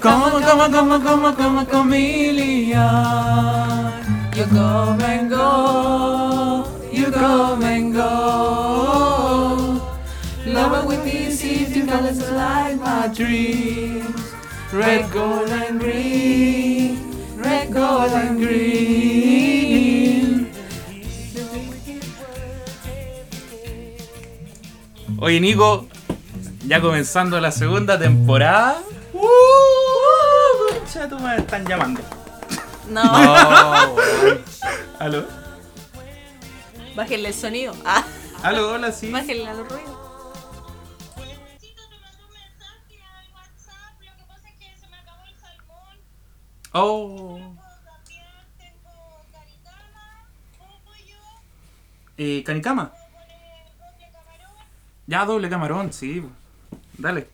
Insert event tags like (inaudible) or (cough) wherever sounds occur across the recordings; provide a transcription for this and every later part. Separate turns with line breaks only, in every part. Como, como, como, como, como chameleon. You come and go, you come and go. Lover with pieces, you colors like my dreams. Red, gold, and green, red, gold, and green.
Oye, Nico, ya comenzando la segunda temporada. ¡Uh! Concha tu madre, están llamando.
No,
¿Aló?
bájenle el sonido. Ah,
¿Aló? Hola, sí.
bájenle al ruido.
Oh. Eh, ¿Canicama? Ya, doble camarón, sí. Dale.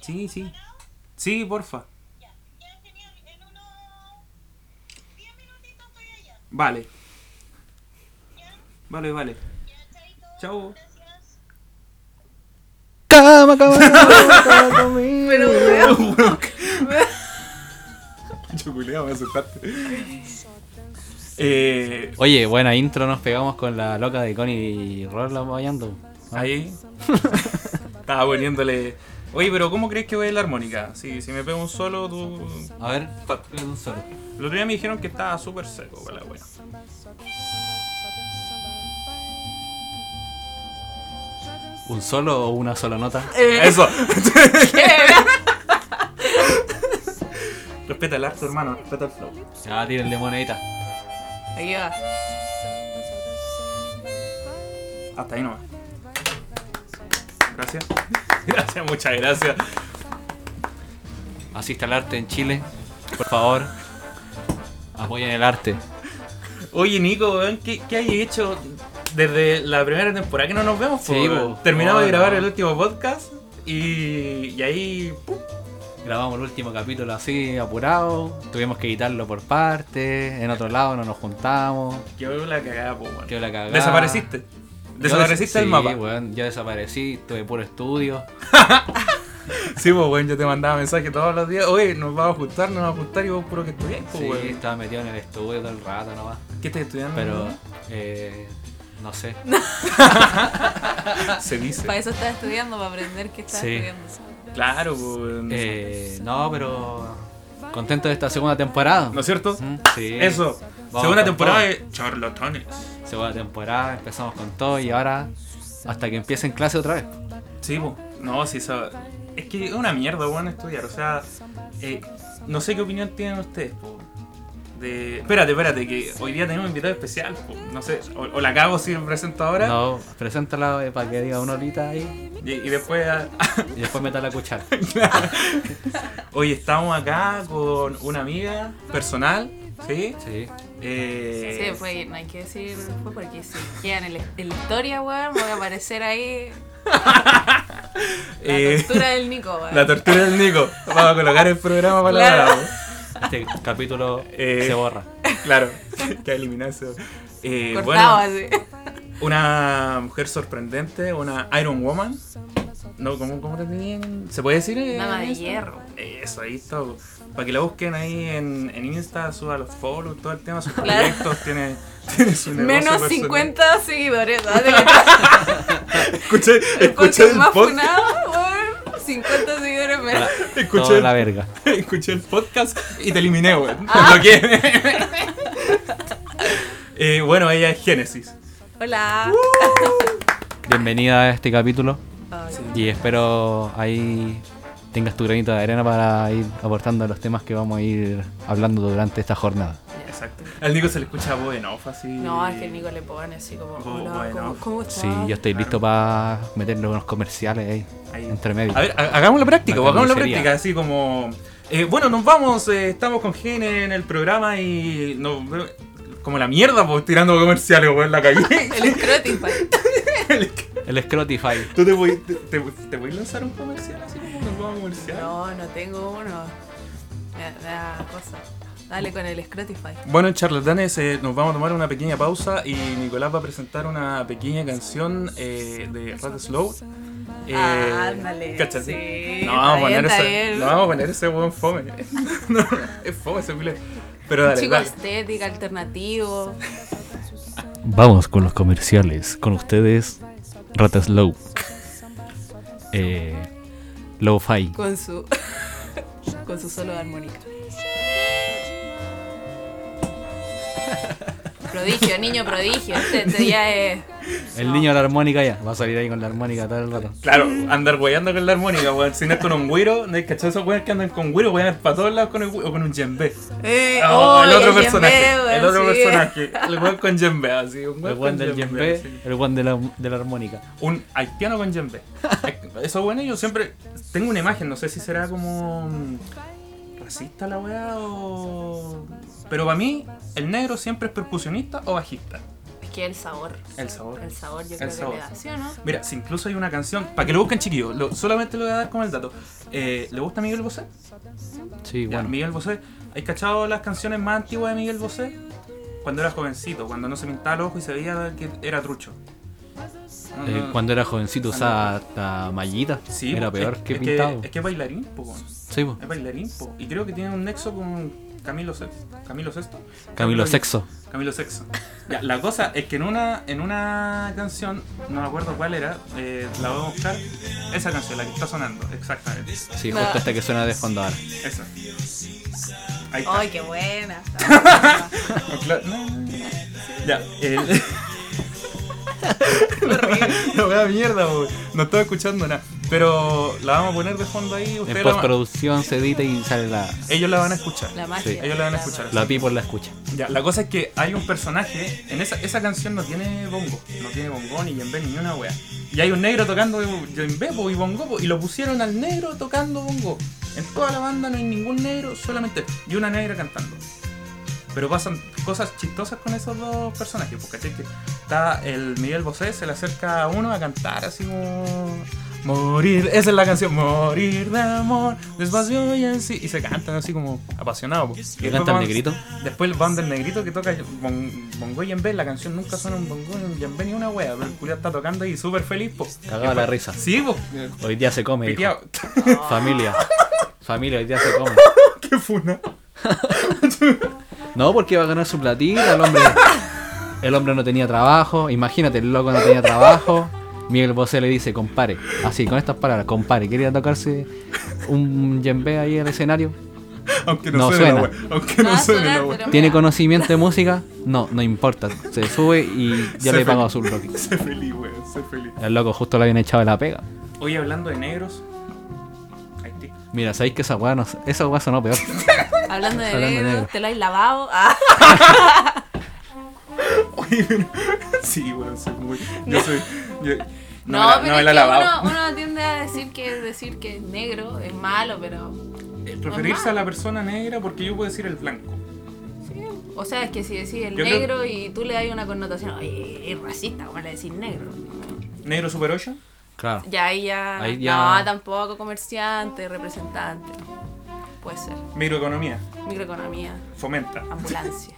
Sí, sí. Sí, porfa. Vale. Vale, vale. (laughs) Chao.
Cama, cama, cama, cama,
(laughs)
conmigo.
Pero, weón,
Choculeado, me asustaste. Eh,
(laughs) Oye, buena intro, nos pegamos con la loca de Connie Rolla bailando.
ahí. Estaba poniéndole. Oye, pero ¿cómo crees que voy a la armónica? Si, si me pego un solo, tú.
A ver, un solo.
El otro día me dijeron que estaba súper seco para la wea.
¿Un solo o una sola nota?
eh,
Eso.
¿qué?
Respeta el arte, hermano. Respeta el flow.
Ah, tírenle monedita.
Ahí va.
Hasta ahí nomás. Gracias. (laughs) Gracias, muchas gracias.
Asista al arte en Chile, por favor. Apoyen el arte.
Oye, Nico, weón, ¿qué, qué hay hecho desde la primera temporada que no nos vemos?
Sí,
po?
po.
Terminamos
No,
de grabar
no.
el último podcast y, y ahí. ¡pum!
Grabamos el último capítulo así, apurado. Tuvimos que editarlo por partes. En otro lado no nos juntamos.
Quedó la cagada, po, weón.
Quedó la cagada.
Desapareciste. Desapareciste
Yo
del
des-
mapa.
Sí, weón, yo desaparecí, tuve puro estudio.
Sí, pues, weón, yo te mandaba mensajes todos los días. Oye, nos vamos a juntar, nos vamos a juntar y vos puro que estudiáis, pues,
Sí,
weón.
estaba metido en el estudio todo el rato nomás.
¿Qué estás estudiando?
Pero, eh, no sé.
Ah, Se dice.
Para eso estaba estudiando, para aprender qué estaba
Sí.
estudiando.
Claro, pues, weón.
Eh, no, pero contento de esta segunda temporada.
¿No es cierto?
Mm, Sí.
Eso.
Vamos
Segunda
con
temporada
todo.
de Charlatanes.
Segunda temporada, empezamos con todo y ahora hasta que empiecen clase otra vez.
Sí, po. No, sí, eso. Es que es una mierda, weón, estudiar. O sea, eh, no sé qué opinión tienen ustedes, po. De... Espérate, espérate, que hoy día tenemos un invitado especial, po. No sé, o, o la cago si lo presento ahora
No, preséntala eh, para que diga una horita ahí
y, y después. ah, a-
y después meta la
(laughs)
cuchara.
hoy estamos acá con una amiga personal, ¿sí?
Sí.
Eh,
Sí, fue, pues, no hay que decir después porque si quedan en, la- en la historia, weón, voy a aparecer ahí la
eh,
tortura del Nico, weón.
(laughs) la tortura del Nico. Vamos a colocar el programa para la
Claro.
hora, po.
Este capítulo
Eh.
se borra.
Claro, (laughs) que eliminarse. Eh,
Cortado
bueno,
así.
una mujer sorprendente, una Iron Woman. No, ¿cómo, cómo te dirían? ¿Se puede decir? eh,
Dama de
esto?
hierro.
Eso, ahí está. Para que la busquen ahí en, en Insta, suba los follows, todo el tema, sus
Claro.
proyectos, tiene, tiene su negocio.
Menos
personal.
50 seguidores. ¿no?
(laughs) Escuché,
(laughs) El
escuché
podcast
el
más
podcast.
funado, weón. 50 seguidores menos.
Escuché,
Toda la verga.
(laughs) escuché el podcast y te eliminé, güey.
Ah.
(laughs) Te bloqueé. Eh, bueno, ella es Génesis.
Hola.
Uh.
Bienvenida a este capítulo
Ay,
y espero ahí tengas tu granito de arena para ir aportando a los temas que vamos a ir hablando durante esta jornada.
Exacto. Al Nico se le escucha voz en off así.
No, es que el Nico le pone así como.
Oh,
Hola,
bueno.
¿cómo, cómo estás?
Sí, yo estoy listo para meterle unos comerciales ahí,
Ahí.
entre medio.
A ver, ha- hagamos la práctica,
Una
o hagamos la
carnicería.
práctica, así como. eh, bueno, nos vamos, eh, estamos con Gene en el programa y. nos ve- como la mierda, pues tirando comerciales, weón, en la (laughs) calle.
El Scrotify.
El Scrotify.
¿Tú te voy, te, te, te voy a lanzar un comercial así como nos vamos a comercial?
No, no tengo uno. Me da cosa. Dale con el Scrotify.
Bueno, en charlatanes eh, nos vamos a tomar una pequeña pausa y Nicolás va a presentar una pequeña canción eh, de Rat Slow. Eh,
Ándale,
¿cachai?
sí,
no, vamos a
está bien,
poner
está
ese,
bien.
no vamos a poner ese buen fome. (laughs) No, es fome ese pilete. Pero dale,
Chico
dale.
estética, alternativo.
Vamos con los comerciales. Con ustedes, Ratas Low. Eh, Low-Fi.
Con su. (laughs) con su solo de armónica. prodigio, niño prodigio. Este, este ya es.
El niño de la armónica ya. Va a salir ahí con la armónica todo el rato.
Claro, andar weyando con la armónica, weón. Si no es con un güiro, no hay cachado esos weones que andan con güiro, weón, para todos lados con el güiro, o con un djembe.
Eh,
Ah,
oh,
el otro
yembe,
personaje.
weón,
el otro
sí.
personaje. El weón con djembe, así. Un
El
weón
one
con
del
djembe.
djembe,
así.
el one de la, de la armónica.
Un haitiano con djembe. Eso bueno, yo siempre tengo una imagen, no sé si será como mm, racista la weá o... Pero para mí, el negro siempre es percusionista o bajista.
Es que el sabor.
El sabor.
El sabor, yo
El
creo
sabor.
que le da. ¿Sí o no?
Mira, si incluso hay una canción, para que lo busquen chiquillos, lo- solamente le voy a dar como el dato. Eh, ¿Le gusta Miguel Bosé?
Sí,
Ya,
bueno.
Miguel Bosé, ¿hay cachado las canciones más antiguas de Miguel Bosé? Cuando era jovencito, cuando no se pintaba el ojo y se veía que era trucho. No,
Eh,
Ah, no.
cuando era jovencito usaba hasta mallita.
Sí,
era
po,
peor
es,
que
es
pintado.
es que es bailarín, po, weón.
sí, po.
es bailarín, po. Y creo que tiene un nexo con Camilo Sesto. ¿Camilo Sexto?
Camilo Sexo.
Camilo Sexto. Ya, la cosa es que en una, en una canción, no me acuerdo cuál era, eh, la voy a buscar. Esa canción, la que está sonando, exactamente.
Sí,
No.
justo esta que suena de fondo ahora.
Esa. Ahí está.
Ay, qué buena.
No, (laughs) cla- no, no, no. Ya, el. (laughs) La wea mierda, wey. No estaba escuchando nada. Pero la vamos a poner de fondo ahí.
En
Ustedes la van-
postproducción se edita y sale la.
Ellos la van a escuchar.
La magia.
Sí,
Ellos la van a escuchar.
La people la escucha.
Ya, la cosa es que hay un personaje. En esa, esa canción no tiene bongo. No tiene bongo, ni yembe, ni una wea. Y hay un negro tocando yembe po, y bongo. po, y lo pusieron al negro tocando bongo. En toda la banda no hay ningún negro, solamente. Y una negra cantando. Pero pasan cosas chistosas con esos dos personajes. Porque ¿cachai? que está el Miguel Bosé, se le acerca a uno a cantar así como. Morir, esa es la canción, morir de amor, despacio y así. Y se cantan así como apasionados. po. Y
¿Qué
después
canta el
van-
negrito?
Después el band del negrito que toca bon- bongo y yembe, la canción nunca suena un bongo ni un yembe ni una wea, pero el culiao está tocando ahí súper feliz, po.
Cagaba la risa.
Sí, po.
Hoy día se come. dijo.
Piteado. (laughs)
Familia. Familia, hoy día se come.
Qué funa.
No, porque va a ganar su platita, el hombre. El hombre no tenía trabajo, imagínate, el loco no tenía trabajo. Miguel Bosé le dice, compare, así, con estas palabras, compare, quería tocarse un djembe ahí en el escenario.
Aunque no,
No
suene la
suena.
wea. Aunque no,
Va a
suene la
sonar,
wea.
pero
¿Tiene
mira,
conocimiento de música? No, no importa, se sube y ya
Sé
le pagó
feliz. (laughs)
su bloque.
Sé feliz, wea, sé feliz.
El loco justo le habían echado de la pega.
Hoy hablando de negros. Haití.
Mira, sabéis que esa weá no, esa weá sonó peor.
Hablando de
Hablando de
negro,
negro.
te lo has lavado. Ah,
Oye, pero- (laughs) Sí, weón, soy muy. Yo soy. yo- me
no,
la-
pero
me la he
es que
lavado.
Uno, uno tiende a decir que decir que es negro es malo, pero.
Eh, Referirse a la persona negra porque yo puedo decir el blanco.
O sea, es que si decís el
Yo creo-
negro y tú le das una connotación, oye, es racista, ¿cómo le decís negro?
¿Negro Super 8?
Claro.
Ya ahí ya.
Ahí ya-
No, tampoco comerciante, representante. Puede ser.
Microeconomía.
Microeconomía,
Fomenta. (laughs)
ambulancia.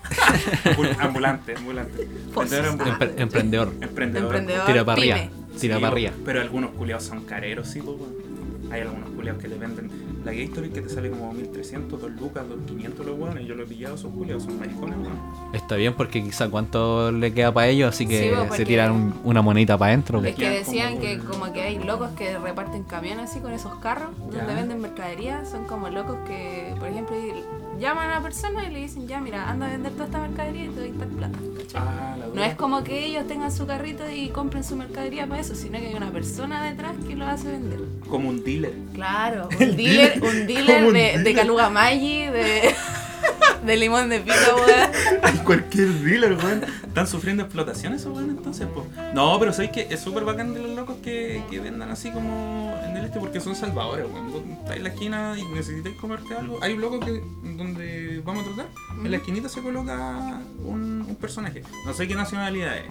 Ambul- ambulante, ambulante. Vendedor ambulante.
Empre- emprendedor.
Emprendedor.
Emprendedor.
Tira para arriba.
pyme.
Tira
Sí,
para arriba.
Pero algunos culiados son careros, sí, po, weón. Hay algunos culiados que le venden la Gatorade que te sale como 1300, 2 lucas, 2500 los weones. Yo lo he pillado, esos culiados son maricones, weón.
Está bien porque quizá cuánto le queda para ellos, así
Sí,
que
pues, porque-
se tiran un- una monita para adentro.
Es
pues.
que
quedan
decían
como-
que como que hay locos que reparten camiones así con esos carros
Ya.
donde venden mercadería, son como locos que, por ejemplo, y- llaman a la persona y le dicen, ya mira, anda a vender toda esta mercadería y te doy tal plata. ¿cachai?
Ah, la
No
dura.
es como que ellos tengan su carrito y compren su mercadería para eso, sino que hay una persona detrás que lo hace vender.
Como un dealer. (laughs)
Claro,
El
un dealer,
dealer,
un dealer
como un
de, de
dealer.
caluga Maggi, de, (laughs) de limón de pica, weón.
Ay, cualquier dealer, weón. Están sufriendo explotación esos weón, entonces, pues. No, pero sabéis que es súper bacán de los locos que, que vendan así como en el este porque son salvadores, weón. Vos estáis en la esquina y necesitáis comerte algo. Hay un loco que, donde vamos a tratar, en la esquinita se coloca un, un personaje. No sé qué nacionalidad es,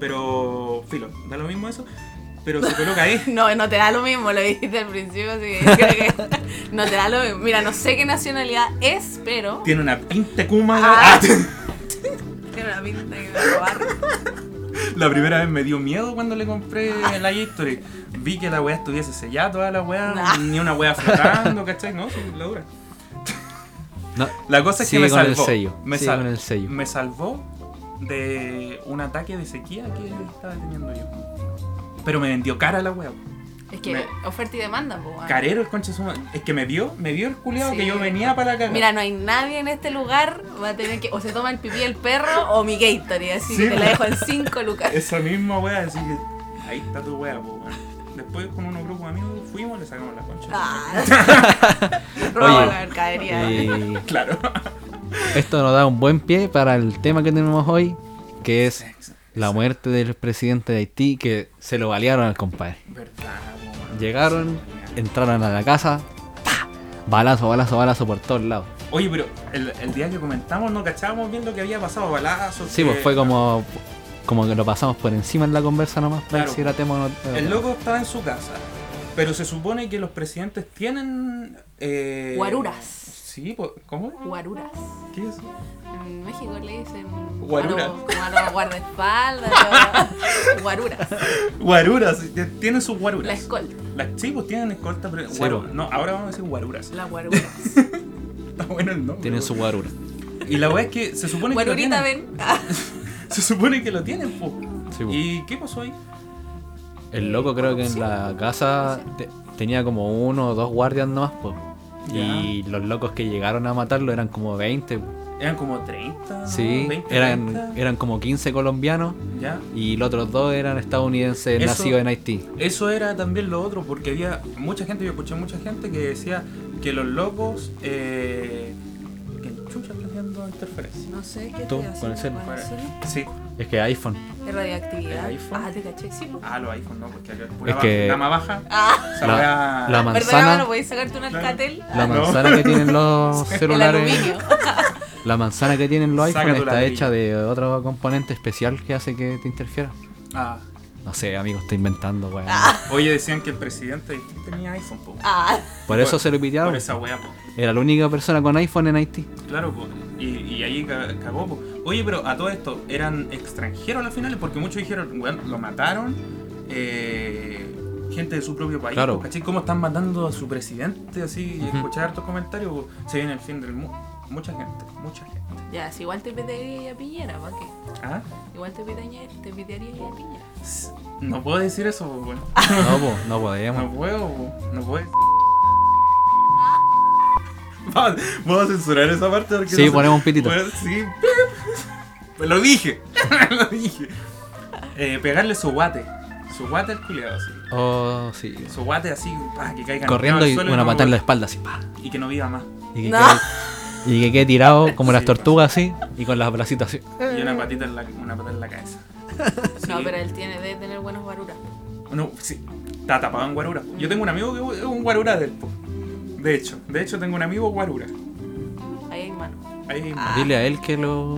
pero filo, da lo mismo eso. Pero se coloca
(laughs)
ahí.
No, no te da lo mismo, lo dijiste al principio, así que yo creo que (laughs) no te da lo mismo. Mira, no sé qué nacionalidad es, pero
Tiene una pinta de Kuma, weón.
Ah.
Ah,
tiene una pinta que me va a robar.
La primera vez me dio miedo cuando le compré la History. Vi que la weá estuviese sellada, toda la weá,
Nah.
ni una weá flotando, ¿cachai? No, sí, la dura.
No,
La cosa es que
Sigue
me
con
salvó.
el sello,
Me,
sigue con el sello.
me salvó de un ataque de sequía que estaba teniendo yo. Pero me vendió cara la weá.
Es que
Me-
oferta y demanda, po, weón.
Carero el concha de su madre. Es que me vio, me vio el culiado
Sí.
que yo venía para la cagada.
Mira, no hay nadie en este lugar. Va a tener que. O se toma el pipí el perro o mi Gatorade. Así
Sí,
que te la
po.
dejo en 5 lucas.
Esa misma wea, así que ahí está tu wea, po, weón. Después con unos grupos de amigos fuimos, le sacamos la concha.
Ah. (laughs) Robo
Oye, eh,
la mercadería.
Y
Claro.
esto nos da un buen pie para el tema que tenemos hoy, que es
Sexo.
la muerte del presidente de Haití, que se lo balearon al compadre.
Verdad, po, weón.
Llegaron, entraron a la casa, ¡pa! balazo, balazo, balazo por todos lados.
Oye, pero el, el día que comentamos no cachábamos bien lo que había pasado, balazos.
Sí,
que-
pues fue como, como que lo pasamos por encima en la conversa nomás para
Claro.
ver si era tema o no. tema.
El loco estaba en su casa, pero se supone que los presidentes tienen... Eh...
Guaruras.
Sí, pues, ¿cómo?
Guaruras.
¿Qué es? eso?
En México le dicen.
Guarura.
guaro- guaro- guardaespaldas. guaruras.
Guaruras, eh, tienen sus guaruras.
La escolta.
Las- sí, pues tienen escolta, pero...
Sí,
guaru-
pues.
No, ahora vamos a decir guaruras.
Las
(laughs)
guaruras.
Está bueno el nombre. pues.
Tienen su guarura.
Y la weá es que se supone que lo
Guarurita,
tienen.
ven.
(laughs) Se supone que lo tienen, po.
Sí, pues. po.
¿Y qué pasó ahí?
El loco creo que en la casa te- tenía como uno o dos guardias nomás, po. Y los locos que llegaron a matarlo eran como 20.
Eran como 30.
Sí,
20,
eran,
30,
eran como 15 colombianos
Ya.
y los otros dos eran estadounidenses
Eso-
nacidos en Haití.
Eso era también lo otro, porque había mucha gente, yo escuché mucha gente que decía que los locos. Eh, que chucha está haciendo interferencia.
No sé qué
Tú,
estoy haciendo
con el celu.
Fuera.
celu.
Sí.
Es que iPhone.
¿Es radioactividad?
El iPhone.
Ah, te caché, sí. po.
Ah, los iPhone no, porque acá es pura
Es que-
ba- gama baja.
Ah,
esa
La,
weá-
la
¿verdad? ¿No
manzana,
podéis sacarte un alcatel?
la
No.
manzana que tienen los
El
celulares.
aluminio.
(laughs) La manzana que tienen los iPhone
Saca tu
está
ladrillo.
hecha de otro componente especial que hace que te interfiera.
Ah.
No sé, amigo, estoy inventando, weón.
Oye, decían que el presidente tenía iPhone, po.
Ah,
Por eso se lo
Por
pitearon.
esa wea, po.
Era la única persona con iPhone
(laughs)
en Haití.
Claro, po. Y, y ahí ca- cagó. po. Oye, pero a todo esto, ¿eran extranjeros a las finales? Porque muchos dijeron, bueno, lo mataron. eh, gente de su propio país.
Claro.
po, ¿cachai? ¿Cómo están matando a su presidente? Así, y
Ujú.
escuchar hartos comentarios, po, se viene el fin del mundo. Mucha gente, mucha gente.
ya, si igual te pitearía a Piñera, ¿para qué?
¿Ah?
Igual te pitearía, te pitearía a Piñera.
S- No puedo decir eso, po, bueno.
No, po, no podíamos.
No puedo, po, no puedo. (laughs) Vamos vamos a censurar esa parte porque
Sí,
no sé-
ponemos un pitito.
Bueno, sí. Pues lo dije. (laughs) lo dije. Eh, pegarle su guate. Su guate al culiado, sí.
Oh, sí.
Su guate así, pa, que caiga
Corriendo
al
y
suelo
una
no-
patada en la espalda, así, pa.
Y que no viva más.
Y que,
No.
quede, y que
(laughs)
quede tirado como las
Sí,
tortugas, así, y con las bracitas así.
Y una patita en la, una patada en la cabeza. Sí.
No, pero él tiene de tener buenos guaruras.
No, sí. Está tapado en guarura. Yo tengo un amigo que es un guarura del po. De hecho, de hecho tengo un amigo guarura.
Ahí hay mano.
Ahí
Dile a él que lo.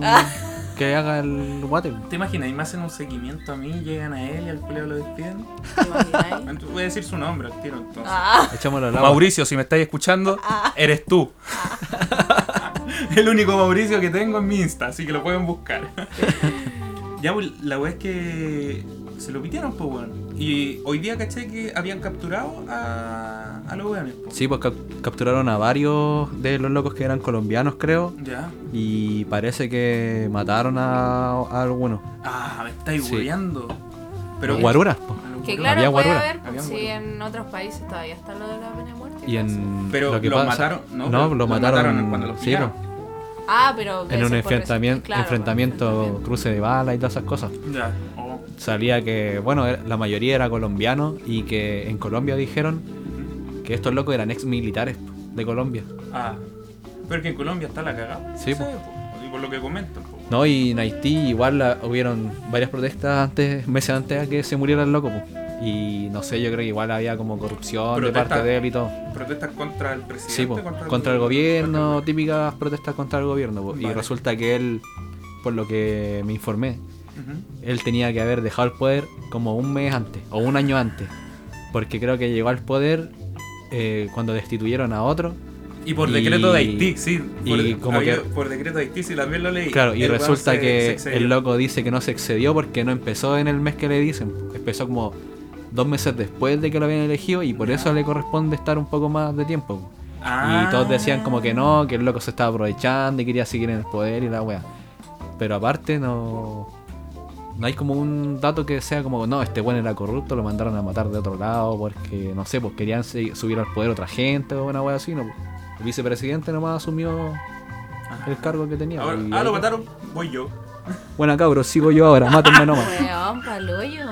que haga el guate.
¿Te imaginas? Y me hacen un seguimiento a mí, llegan a él y al culiado lo despiden.
¿Te
(laughs)
imagináis?
Voy a decir su nombre al tiro entonces.
Ah,
Echámoslo al agua.
Mauricio, si me estáis escuchando, eres tú.
Ah.
(laughs) El único Mauricio que tengo en mi Insta, así que lo pueden
(laughs)
buscar. ya, pues, la weá es que se lo pitearon, pues, weón. Y hoy día caché que habían capturado a, a los weones, pues.
Sí, pues cap- capturaron a varios de los locos que eran colombianos, creo.
Ya.
Y parece que mataron a, a algunos.
Ah, me estáis
Sí.
hueveando.
Pero
Pero
guaruras, po.
que
Había
claro, puede
guarura.
haber,
Había
si
guarura.
en otros países todavía está lo de la pena de muerte.
Y en.
Pero
lo que
los
pasa-
mataron, ¿no?
No,
Pero
lo
los
mataron.
mataron cuando los
sí,
pillaron.
po,
Ah, pero.
en
eso
un
es por
enfrentamiento,
res- claro, por
enfrentamiento, cruce de bala y todas esas cosas.
Ya. Oh.
salía que, bueno, era- la mayoría era colombiano y que en Colombia dijeron que estos locos eran ex militares de Colombia.
Ah. Pero que en Colombia está la cagada.
Sí,
no
po.
sé, po. Y por lo que comentan, po.
No, y en Haití igual la- hubieron varias protestas antes, meses antes de que se muriera el loco. po. Y no sé, yo creo que igual había como corrupción de
Protesta-
parte de él y todo.
Protestas contra el presidente.
Sí, po.
contra, el-
contra el gobierno, típicas protestas contra el gobierno. po. Y
Vale.
resulta que él, por lo que me informé,
Ujú.
él tenía que haber dejado el poder como un mes antes o un año antes. Porque creo que llegó al poder eh, cuando destituyeron a otro
Y por
Y-
decreto de Haití, sí. Por,
y como
había-
que-
por decreto de Haití, sí, también lo leí.
Claro, y
El weón
resulta
se- se
que
excedió.
el loco dice que no se excedió porque no empezó en el mes que le dicen. Empezó como dos meses después de que lo habían elegido y por eso le corresponde estar un poco más de tiempo.
Ah.
Y todos decían como que no, que el loco se estaba aprovechando y quería seguir en el poder y la wea. Pero aparte no. No hay como un dato que sea como, no, este buen era corrupto, lo mandaron a matar de otro lado porque, no sé, pues querían se- subir al poder otra gente o una wea así, no. El vicepresidente nomás asumió el cargo que tenía.
Ahora-
y
ah, lo
ahí-
mataron, voy yo.
bueno, cabros, sigo yo ahora, mátenme nomás.
Weón, paloyo.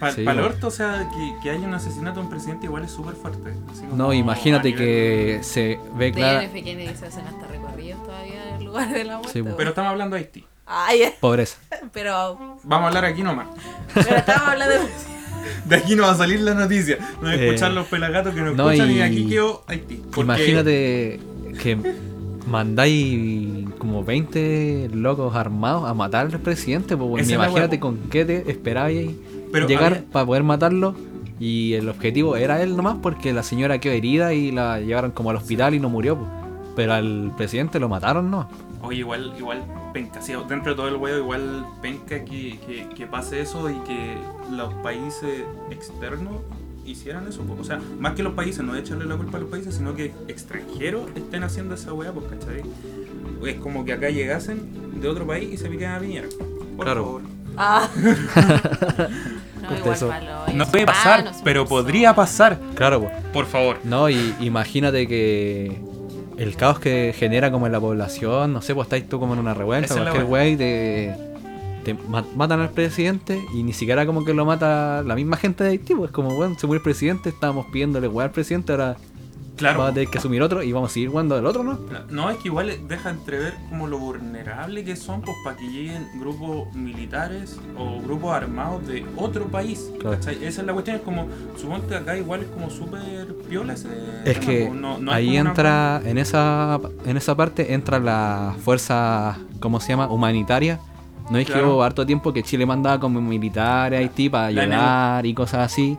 Para
Sí,
el
bueno.
orto, o sea, que, que haya un asesinato a un presidente igual es súper fuerte. así como
No,
a
imagínate
nivel-
que se ve clara
DNF Kennedy se hacen hasta recorridos todavía en el lugar de la muerte.
Sí, pues.
weón.
Pero estamos hablando de Haití.
Ay, eh,
pobreza.
pero,
Vamos a hablar aquí nomás.
pero estábamos hablando de...
De aquí no va a salir la noticia. No van a
Eh,
escuchar los pelagatos que no,
no,
escuchan y
y-
aquí quedó Haití. Porque-
Imagínate que mandáis como 20 locos armados a matar al presidente, pues bueno,
Esa es la
imagínate
hueá,
con qué te esperabais
Pero
llegar
había-
para poder matarlo. Y el objetivo era él nomás porque la señora quedó herida y la llevaron como al hospital y no murió. pues. Pero al presidente lo mataron, ¿no?
Oye, igual, igual penca, sí, dentro de todo el huevo, igual penca que, que, que pase eso y que los países externos hicieran eso. po. O sea, más que los países, no echarle la culpa a los países, sino que extranjeros estén haciendo esa hueá, pues, ¿cachai? Es como que acá llegasen de otro país y se piquen a Piñera. Por
Claro.
favor.
(laughs)
Ah. no,
Corta
igual
eso.
paloyo.
No puede
Ah,
pasar,
no se
pero
pasó.
podría pasar.
Claro, pues.
Por favor.
No, y imagínate que el caos que genera como en la población, no sé, pues estáis tú como en una revuelta,
Esa es la
cualquier wey, te, te ma- matan al presidente y ni siquiera como que lo mata la misma gente de Haití, pues como, weón, se murió el presidente, estábamos pidiéndole weón al presidente, ahora
Claro.
vamos a tener que asumir otro y vamos a seguir jugando del otro, ¿no?
No, es que igual deja entrever como lo vulnerable que son pues para que lleguen grupos militares o grupos armados de otro país.
Claro.
¿cachai? Esa es la cuestión, es como, supongo que acá igual es como súper piola ese
Es
tema,
que
como no- no es
ahí
como una-
entra, en esa en esa parte entra la fuerza, ¿cómo se llama? Humanitaria. No es que
Claro.
hubo harto tiempo que Chile mandaba como militares a Haití para
La
ayudar y cosas así.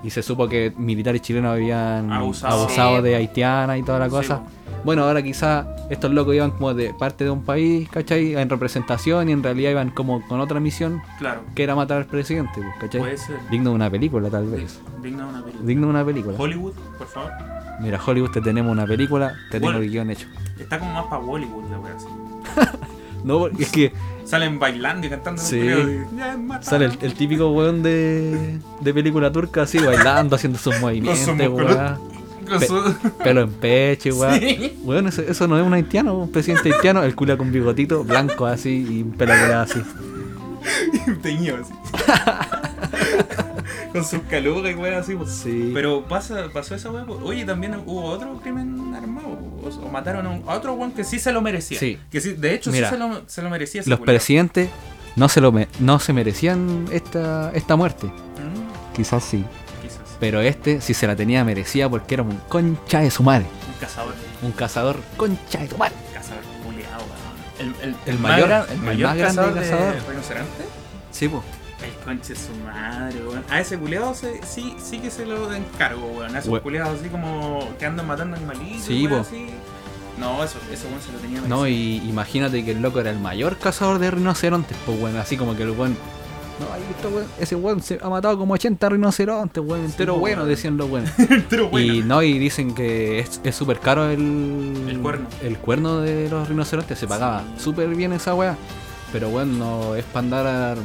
Y se supo que militares chilenos habían
Abusado.
abusado,
Sí.
de haitianas y toda la
Sí, pues,
cosa. Bueno, ahora quizás estos locos iban como de parte de un país, ¿cachai? En representación y en realidad iban como con otra misión
Claro,
que era matar al presidente, ¿cachai?
puede ser.
Digno de una película tal vez.
Digna de una película.
Digno de una película.
Hollywood, por favor.
Mira, Hollywood, te tenemos una película, te tengo
Bueno.
el guión hecho.
Está como más para Bollywood la wea así.
No, porque es que
Salen bailando y cantando.
Sí.
creo, y, "Ya es matar".
sale el, el típico weón de, de película turca así, bailando, haciendo sus movimientos,
músculos.
weón.
Con
(laughs)
su-
Pelo en pecho, weón.
Sí.
Weón, eso, eso no es un haitiano, un presidente haitiano, el culo con bigotito, blanco así y un pelo pelado así.
(laughs) teñido
(laughs)
así. Con sus calugas y weas así, pues.
Sí.
Pero pasa, pasó esa wea, pues. Oye, también hubo otro crimen armado. pues. O, o mataron a, un- a otro weón que sí se lo merecía.
Sí.
Que sí, de hecho,
Mira,
sí se lo, se lo merecía. ese
Los
culiao.
presidentes no se, lo me- no se merecían esta, esta muerte.
Mm,
Quizás sí.
quizás.
Pero este sí se la tenía merecida porque era un concha de su madre.
Un cazador.
Un cazador concha de su madre.
Un cazador culiao, weón. El, el,
El
más
mayor-
gran-
el
el mayor
más grande
cazador,
cazador.
de rinoceronte.
Sí, pues.
El conche de su madre, weón. A ese culeado se, sí, sí que se lo encargo, weón. A esos
We-
culeados así como que andan matando animalitos.
Sí,
weón,
po.
así. No, eso, eso weón se lo tenía
No,
merecido.
y imagínate que el loco era el mayor cazador de rinocerontes, pues weón, así como que el weón. No, ahí está, weón, ese weón se ha matado como 80 rinocerontes, weón, entero
po,
bueno,
pues, weón. (laughs)
decían los weones.
Pero bueno.
Y no, y dicen que es es súper caro el.
El cuerno.
El cuerno de los rinocerontes, se pagaba súper bien esa weá. Pero weón, no es para andar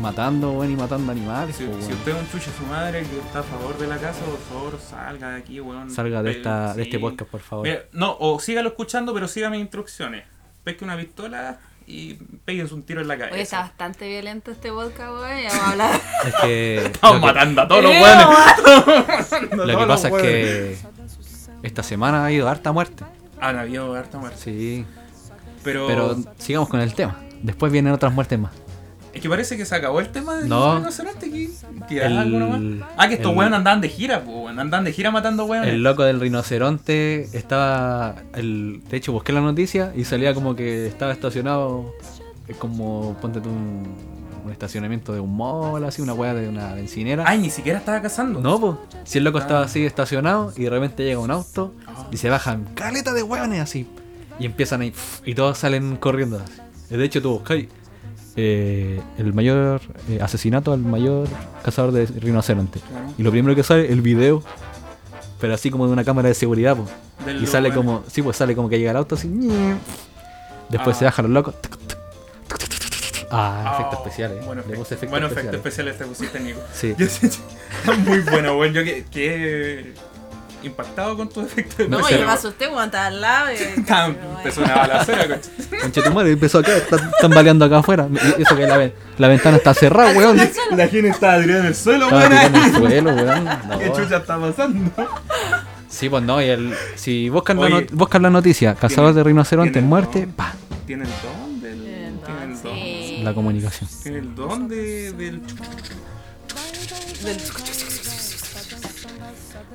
matando, weón, y matando animales,
Ah, Si,
po, Oh, weón.
si usted es un chucha su madre que está a favor de la casa, por favor, salga de aquí, weón.
Salga de,
Pe-
esta, de
sí.
este podcast, por favor.
Mira, no, o sígalo escuchando, pero siga mis instrucciones. Pesque una pistola y péguense un tiro en la cabeza.
Oye, está bastante violento este vodka, weón. Ya vamos a hablar.
Es que.
(laughs) Estamos
lo que-
matando a todos los
Eh,
weones. (laughs)
Lo que pasa es que. Esta semana ha habido harta muerte.
Han habido harta muerte.
Sí.
Pero,
Pero sigamos con el tema. Después vienen otras muertes más.
es que parece que se acabó el tema del
No.
rinoceronte. ¿Qué, qué
El-
alguno más? Ah, que estos
el-
weones andaban de gira, po, weón. Andaban de gira matando weones.
El loco del rinoceronte estaba. El, de hecho, busqué la noticia y salía como que estaba estacionado. eh, Como ponte tú un- una un estacionamiento de un mall, así, una weá de una bencinera.
Ay, ni siquiera estaba cazando.
No, pues. Si el loco
Ah.
estaba así estacionado y de repente llega un auto y se bajan caleta de hueones así. Y empiezan ahí pf, y todos salen corriendo. así. De hecho, tú buscáis eh, el mayor eh, asesinato al mayor cazador de rinoceronte.
Claro.
Y lo primero que sale el video, pero así como de una cámara de seguridad, pues.
Del
Y sale
lugar.
como, sí, pues sale como que llega el auto así. ñe. Después
Ah.
se bajan los locos. tuc, tuc, tuc, tuc, tuc, tuc. Ah,
Ah,
efectos especiales.
Bueno,
Le puse
efecto,
efectos
bueno, efecto
especiales.
especial este pusiste, Nico.
(laughs) Sí.
Yo sí- (laughs) muy bueno, weón. Yo que, que impactado con tu efecto
(laughs)
Ah,
No,
No,
pero-
yo me asusté cuando estaba al
(laughs)
lado. y-
Tan, empezó una (laughs) balacera, coche.
Conche tu madre, empezó acá, están, están baleando acá afuera. Y Eso que la, ve- la ventana está cerrada, weón.
La gente estaba tirada en el suelo,
Estaba
weón.
tirando
(laughs)
el suelo, weón.
¿Qué
No.
chucha está pasando?
Sí, pues no, y el, si buscan, la,
Oye.
not- buscan la noticia, cazador de rinoceronte
tiene-
muerte, pa,
Tiene el don del. Tiene el don.
Sí.
la comunicación.
Tiene el don de, del.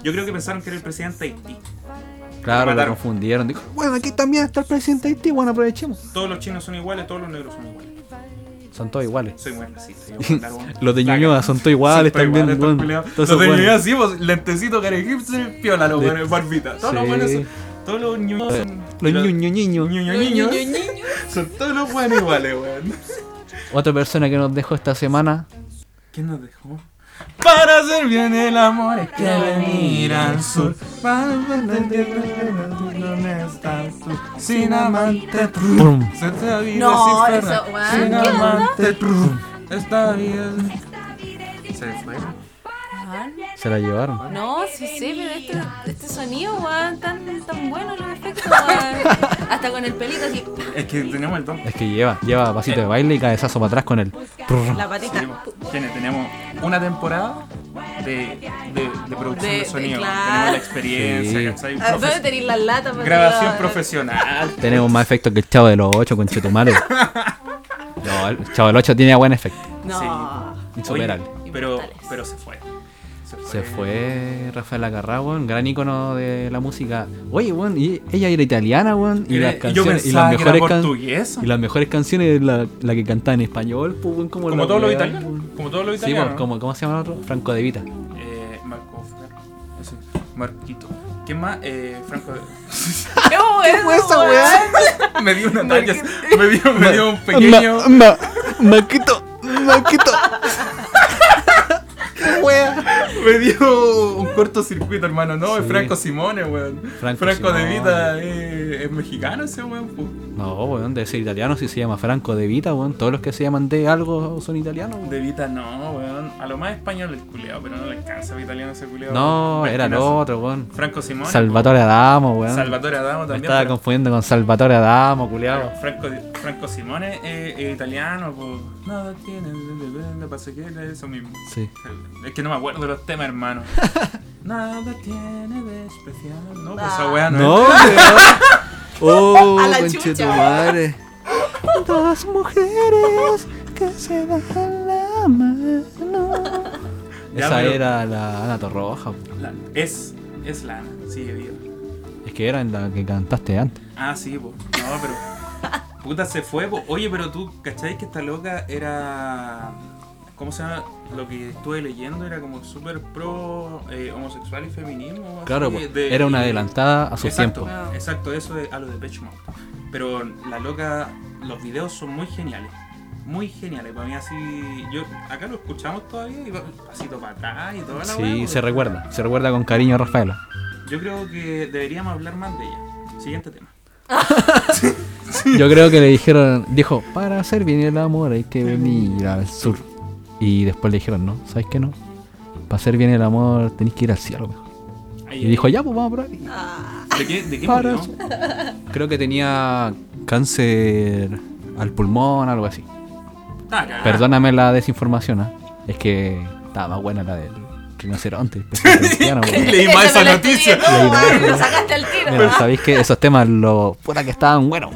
Yo creo que pensaron que era el presidente de Haití.
Claro, lo
mataron.
confundieron. Dijo, bueno, aquí también está el presidente de Haití, bueno, aprovechemos.
Todos los chinos son iguales, todos los negros son iguales.
Son todos iguales.
Soy muy racista. yo voy a hablar,
(laughs)
weón.
Los de
La
Ñuñoa
cagada.
son todos iguales
Siempre
también,
iguales,
weón.
todos peleados.
Todos
Los
son
de
buenos.
Ñuñoa, sí, pues, lentecito, cara egipcio, piola, los
De-
buenos, barbita. Todos los
Sí.
buenos son- Todos los Ñuñoa son.
Los Ñuño Ñiño.
Ñuño
Niño,
Ñuño.
niño, niño.
(laughs) Son todos los buenos iguales, weón.
Otra persona que nos dejó esta semana,
¿Quién nos dejó? Para hacer bien el amor es que venir al sur. Para entender que no estás tú. Sin amante tru.
Pum.
Se te vive
No,
sin
eso,
ferra.
weón,
Sin
¿qué
amante tru. Esta vida. Se fue.
Ah,
se la llevaron.
No, sí sé, pero este, este sonido, weón, tan, tan bueno los
(laughs)
efectos, weón. Hasta con el pelito así, ¡pah!
Es que tenemos el don.
Es que lleva, lleva pasito de baile y cabezazo para atrás con el.
la patita.
Tenemos- tiene- tenemos una temporada de, de, de producción de,
De- de-
sonido.
claro.
Tenemos la experiencia,
Sí.
¿cachai?
Ah, Pues,
Profe-
¿Dónde tenéis las latas? para
Grabación
tirar?
profesional.
Tenemos más efectos que el Chavo de los 8 con (laughs) Chetumare. No, el Chavo del 8 tiene buen efecto.
No.
(laughs) Insuperable.
Oye, pero, pero se fue.
Se fue Rafael Acarrá, weón, gran ícono de la música. Oye, weón, y ella era italiana, weón, y
Era-
las
yo
canciones y
pensaba
las
que era
mejores can-
portuguesa.
y las mejores canciones la, la que cantaba en español, pues, weón, como
Como
la
todos los
weá,
italianos.
weón.
Como todos los
Sí,
italianos.
pues, como cómo se llama el otro? Franco De
(laughs)
Vita.
Eh, Marco Fra- ese, Marquito. ¿Qué más? Eh, Franco. (laughs)
¿Qué fue eso, weón?
me dio un ataque. me, dio, me dio
(laughs)
un pequeño.
Ma, maquito,
(laughs)
maquito. Qué wea.
me dio un cortocircuito, hermano. No, es
Sí.
Franco Simone, weón.
Franco
Franco, de
Simone.
Vita eh, es mexicano ese weón. pu.
No, weón, debe ser italiano si se llama Franco De Vita, weón. Todos los que se llaman de algo son italianos, weón.
De Vita no, weón. A lo más español el culeado, pero no le alcanza a italiano ese culeado.
No,
weón.
era el
Marquinazo.
otro, weón.
Franco Simone.
Salvatore Adamo, weón.
Salvatore Adamo
Me
también.
estaba
pero-
confundiendo con Salvatore Adamo, culiao.
Franco, Franco Simone eh, es italiano, pues. Nada tiene, no pasa que era eso mismo.
Sí.
Es que no me acuerdo los temas,
(laughs)
hermano. Nada tiene de especial. No, pues esa
Ah.
weá no,
No,
es.
weón.
(laughs)
Oh,
A la chucha.
conchetumare. Dos mujeres que se bajan la mano.
Ya,
Esa
pero-
era la Ana Torroja. po.
La- es. Es Lana, sigue viva.
Es que era en la que cantaste antes.
Ah, sí, pues. No, pero. Puta, se fue, po. Oye, pero tú, ¿cacháis que esta loca era. ¿Cómo se llama? Lo que estuve leyendo era como súper pro eh, homosexual y feminismo. así,
Claro, po,
Ah, de-
era una
y-
adelantada a su
exacto,
tiempo.
tiempo.
Exacto, eso es a lo de Depeche Mode. Pero la loca, los videos son muy geniales. Muy geniales. Para mí así. Yo, acá lo escuchamos todavía y va- pasito para atrás y toda la weá,
Sí,
pues.
se recuerda. Se recuerda con cariño a Rafaela.
Yo creo que deberíamos hablar más de ella. Siguiente tema.
Yo creo que le dijeron, dijo, para hacer bien el amor hay que venir al sur. Y después le dijeron, no, ¿sabes qué no? Para hacer bien el amor tenés que ir al cielo mejor.
Ahí,
Y
ahí.
dijo, ya, pues vamos a probar.
Eh, ¿De qué, de qué
Para
murió?
eso. Creo que tenía cáncer al pulmón, algo así.
Está cagada.
Ah. Perdóname la desinformación, ¿ah? es que estaba más buena la del rinoceronte. el pescado cristiano,
(laughs)
weón.
Leí mal
Eso
esa
me lo
noticia.
estudié todo,
Leí mal.
weón, Lo sacaste al tiro. Ah,
Pero sabéis que esos temas, lo puta que estaban buenos.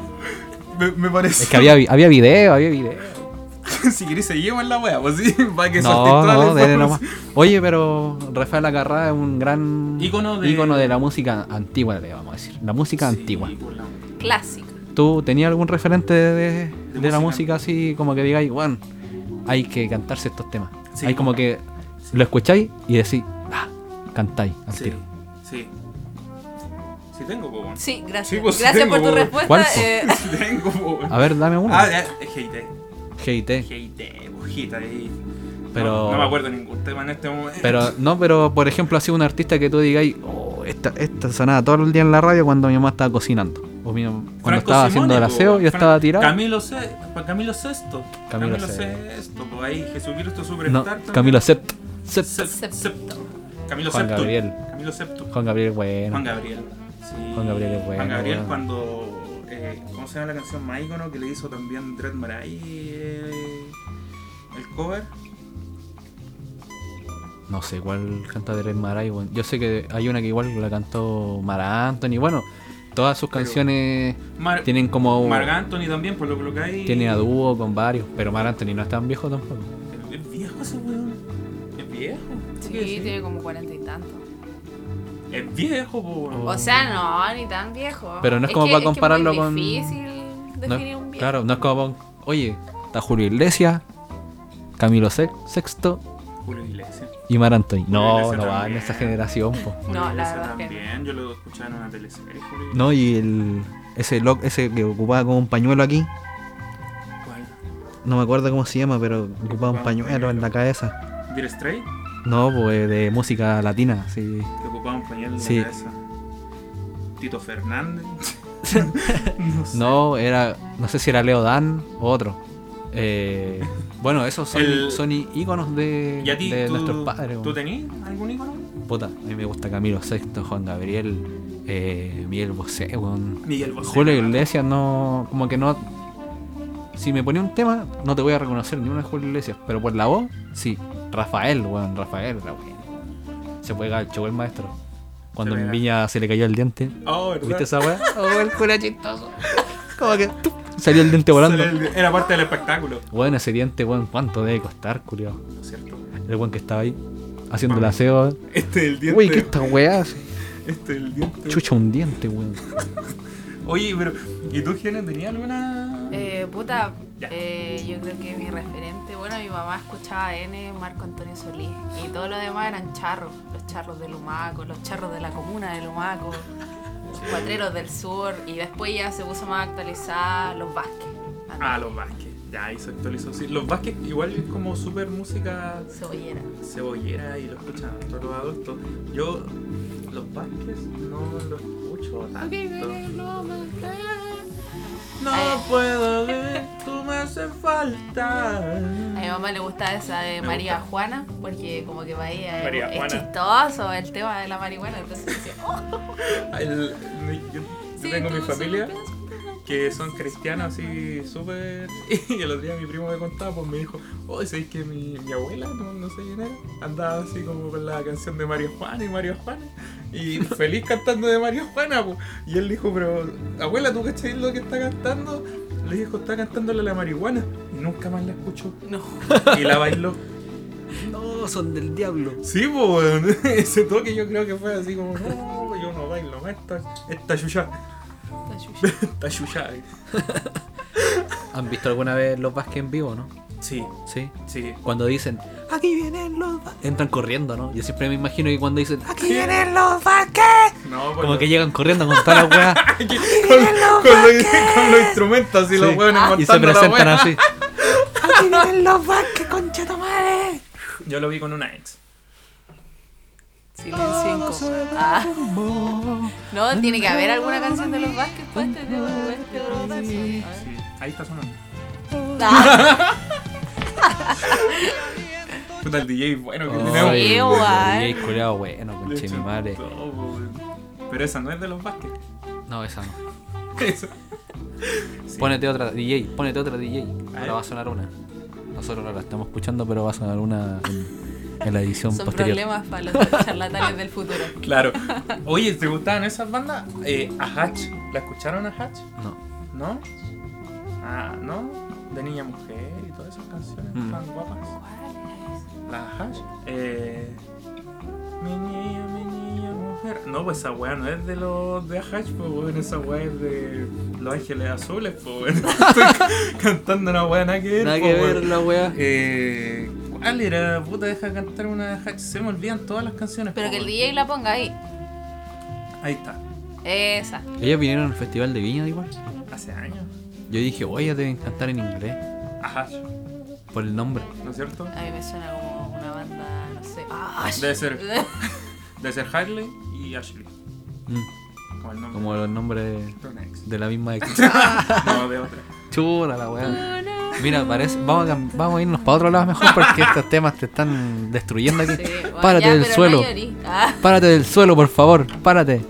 Me, me parece.
Es que había, vi- había video, había video.
(laughs) si queréis seguimos en la wea, pues sí, (laughs) para que soltéis
No,
toda la
no, dele nomás.
información.
Oye, pero Rafael Acarrá es un gran
Ícono de-
ícono la música antigua, le vamos a decir. La música
Sí,
antigua.
por la-
Clásico.
¿Tú tenías algún referente de, de
música.
la música así como que digáis, bueno, hay que cantarse estos temas.
Sí.
hay como que lo escucháis y decís, ah, cantáis al
Sí,
tiro.
sí. Sí tengo, po, weón.
Sí, gracias.
Sí, pues,
gracias
tengo,
por tu
weón.
respuesta.
¿Cuál, po?
eh,
(laughs) Sí tengo, po, weón.
A ver, dame uno.
Ah, ya, hate,
GIT.
hate, hojita ahí.
Pero-
No, no me acuerdo ningún tema en este momento.
Pero, no, pero por ejemplo, así un artista que tú digáis, oh, esta, esta sonaba todo el día en la radio cuando mi mamá estaba cocinando. O mi- cuando
Franco
estaba
Simone,
haciendo el
po,
aseo, yo
Fran-
estaba tirado.
Camilo, Se- pa- Camilo Sexto.
Camilo
Camilo,
Sesto.
Sexto, po, ahí Jesucristo
No,
Superstar. también.
Camilo Sept. Sept.
Sep-
Septo.
Septo. Camilo
Juan
Septo.
Gabriel.
Camilo Septo.
Juan Gabriel, bueno.
Juan Gabriel. Sí.
Juan Gabriel es bueno,
Juan Gabriel
weón.
cuando. eh, ¿Cómo se llama la canción más ícono que le hizo también Dread Marai? eh, el cover.
No sé cuál canta de Red Maray, weón. Yo sé que hay una que igual la cantó Mara Anthony. Bueno, todas sus
Pero-
canciones
Mar
tienen como.
Marc Anthony también, por lo colocáis.
Tiene a dúo con varios, pero Mar Anthony no es tan viejo tampoco.
Es viejo ese weón. Es viejo. ¿Tú
sí,
qué decís?
tiene como cuarenta y tantos.
Es viejo, po, weón.
Oh.
O sea, no, ni tan viejo.
Pero no es como para
muy
compararlo con-
difícil
No-
definir un viejo.
claro, no es como. Oye, está Julio Iglesias, Camilo Sec- Sexto
Julio Iglesias.
y Mar Anthony. No,
Iglesias
no va en
también.
esa generación, po.
Julio
No, la
Iglesias
verdad es que no.
también. Yo lo escuchaba en una teleserie. Julio
No, y el. Ese, loc- ese que ocupaba como un pañuelo aquí,
Iglesias. ¿Cuál?
no me acuerdo cómo se llama, pero ocupaba un pañuelo en la cabeza.
Dire Straits,
No, pues de música latina, sí.
que ocupaba un pañuelo en
Sí.
la cabeza. Tito
(laughs)
Fernández. (laughs) no sé.
No, era. No sé si era Leo Dan o otro. Eh, bueno, esos son,
El-
son í- íconos de,
¿Y a ti,
de
tú,
nuestros padres.
¿Tú
weón.
tenías algún ícono?
Puta, a mí me gusta Camilo Sexto, Juan Gabriel, eh, Miguel Bosé, weón.
Miguel Bosé.
Julio Iglesias no. como que no. Si me ponía un tema, no te voy a reconocer ni una de Julio Iglesias, pero por la voz, sí. Rafael, weón, Rafael, la weón. Se fue gacho el maestro. Cuando
Se
en
pega.
Viña se le cayó el diente.
Oh, ¿verdad?
¿Viste esa weá? Oh, el cura chistoso. Como que ¡tup! salió el diente volando.
Sale el- Era parte del espectáculo.
Bueno, ese diente, weón, ¿cuánto debe costar, culiao?
¿No es cierto?
El weón que estaba ahí, haciendo el aseo. weón.
Este es el diente.
Uy, ¿qué esta weá?
Este es el diente.
Chucha un diente, weón.
Oye, pero. ¿Y tú, Jiménez, tenías alguna.?
Eh, puta,
Ya.
eh, yo creo que mi referente, bueno, mi mamá escuchaba N, Marco Antonio Solís, y todo lo demás eran charros, los charros de Lumaco, los charros de la comuna de Lumaco, los cuatreros del sur, y después ya se puso más actualizada los Vázquez.
Ah, los Vázquez. Ya, ahí se actualizó. Sí, los Vázquez igual es como súper música
Cebollera.
cebollera y lo escuchan todos los adultos. Yo, los Vázquez no lo escucho tanto. No
Ay.
puedo ver, tú me haces falta.
A mi mamá le gusta esa de
Me
María
gusta.
Juana, porque como que para ella es-
María
es,
Juana.
chistoso el tema de la marihuana, entonces decía, oh,
El- yo, yo
sí,
tengo
tú
mi
sí
familia
lo piensas.
que son cristianos así súper... (laughs) Y el otro día mi primo me contaba, pues me dijo, oh, ¿sabes que mi, mi abuela, no, no sé quién era, andaba así como con la canción de Mario Juana y Mario Juana?
(laughs)
Y feliz cantando de Mario Juana, pues. Y él dijo, pero abuela, ¿tú cachai lo que está cantando? Le dijo, está cantándole la marihuana. Y nunca más la escuchó.
No.
Y la bailó.
No, son del diablo.
Sí, pues, (laughs) ese toque yo creo que fue así como, no, yo no bailo, más esta, esta chucha.
la chucha.
(laughs) Está chuchada.
¿Han visto alguna vez los Vázquez en vivo, no?
Sí,
Sí.
sí.
Cuando dicen, aquí vienen los Vázquez. Entran corriendo, ¿no? Yo siempre me imagino que cuando dicen, aquí vienen los Vázquez.
No, por
Como
lo- (laughs)
que llegan corriendo con toda la weá.
con, con los, con los instrumentos así, los
Sí.
hueones
Y se
montando la
presentan
wea.
así.
Aquí vienen los Vázquez, concha tu madre.
Yo lo vi con una ex.
Silencio incómodo. Ah. (laughs) No, tiene que haber alguna canción de los Vázquez para este tema, para este brotazo. A ver.
Sí, ahí está sonando.
Ah,
Puta, el DJ bueno que tenemos.
Oh. Ay,
Qué guay.
DJ culiao, bueno,
Le
conche mi
echan
madre.
todo, weón. Pero esa no es de los Vázquez. (laughs)
No, esa no.
Esa.
Ponete otra DJ, ponete otra DJ. Ahora
ver.
va a sonar una. Nosotros no la estamos escuchando, pero va a sonar una en, en la edición
Son
posterior.
problemas para los charlatanes del futuro.
Claro. Oye, ¿te gustaban esas bandas? Eh, a Hatch. ¿La escucharon a Hatch?
No.
¿No? Ah, ¿no? De niña mujer y todas esas canciones
Mm.
tan guapas. La hash. Eh, mi niña, mi niña, mujer. No, pues esa weá no es de los de hash, pues weón, esa weá es de Los Ángeles Azules, pues, (laughs) Estoy cantando una weá, nada que ver.
Nada
po,
que
weón.
ver la weá.
Eh, ¿Cuál era? Puta, deja cantar una hack. Se me olvidan todas las canciones.
Pero
po,
que el
weón.
DJ la ponga ahí.
Ahí está.
Esa.
Ellos vinieron al festival de Viña igual.
Hace años.
Yo dije, oye, deben cantar en inglés.
Ajá.
Por el nombre.
¿No es cierto?
A mí me suena como una banda, no sé. ¡Ah!
Debe
(laughs)
ser. Debe ser Harley y Ashley.
Mm,
Como el nombre.
como los nombres
de una ex.
de la
(laughs)
misma ex.
No, de otra.
Chula la weá. Mira, parece. Vamos a, cam- vamos a irnos para otro lado mejor porque estos temas te están destruyendo aquí.
Sí, bueno,
Párate
ya,
del
pero
suelo.
No llorí. Ah,
Párate del suelo, por favor. Párate.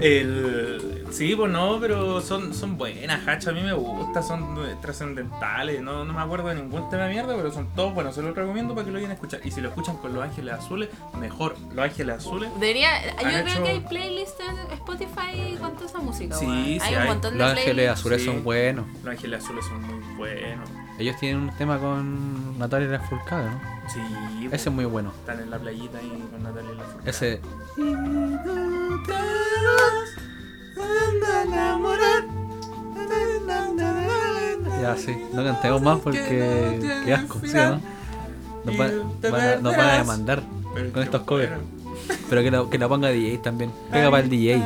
El... Sí, pues no, pero son, son buenas, hacha, a mí me gusta, son eh, trascendentales, no, no me acuerdo de ningún tema de mierda, pero son todos buenos, se los recomiendo para que lo vayan a escuchar. Y si lo escuchan con Los Ángeles Azules, mejor, Los Ángeles Azules.
Debería, yo creo
hecho-
que hay playlists en Spotify con toda esa música.
Sí,
weón.
sí
hay un
hay.
montón de
Los ángeles
playlists.
azules
Sí.
son buenos.
Los Ángeles Azules son muy buenos.
Ellos tienen un tema con Natalia Lafourcade, ¿no?
Sí, pues,
Ese es muy bueno.
están en la playita ahí con Natalia Lafourcade.
Ese. Ya, sí. No cantemos más porque. Qué asco, ¿sí o no? Nos van, van a, nos van a demandar
Pero
con
qué
estos covers.
bueno.
Pero que la, que la ponga DJ también. Pega para el DJ.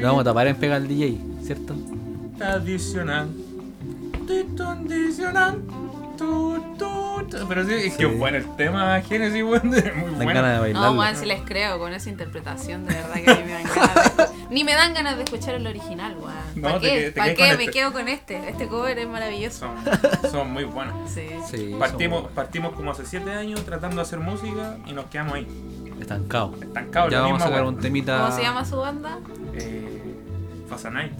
Lo vamos a tapar en pega al DJ, ¿cierto?
Tradicional. Tradicional. Tu, tu, tu. Pero sí, es que bueno el tema Genesis, (laughs) weón. es Muy
Dan
bueno.
ganas de
No,
bailarlo.
Juan, si les creo con esa interpretación, de verdad que a mí me dan ganas de... Ni me dan ganas de escuchar el original, Juan.
No, te
¿Para
que-
qué?
te
¿Para
quedas con
qué? Me
este.
quedo con este. Este cover es maravilloso.
Son, son muy buenos.
Sí.
Sí, son
Partimos, partimos como hace 7 años tratando de hacer música y nos quedamos ahí,
estancados.
estancados.
Ya
la
vamos a
misma,
sacar
weón.
un temita.
¿Cómo se llama su banda?
Eh, Fasanite.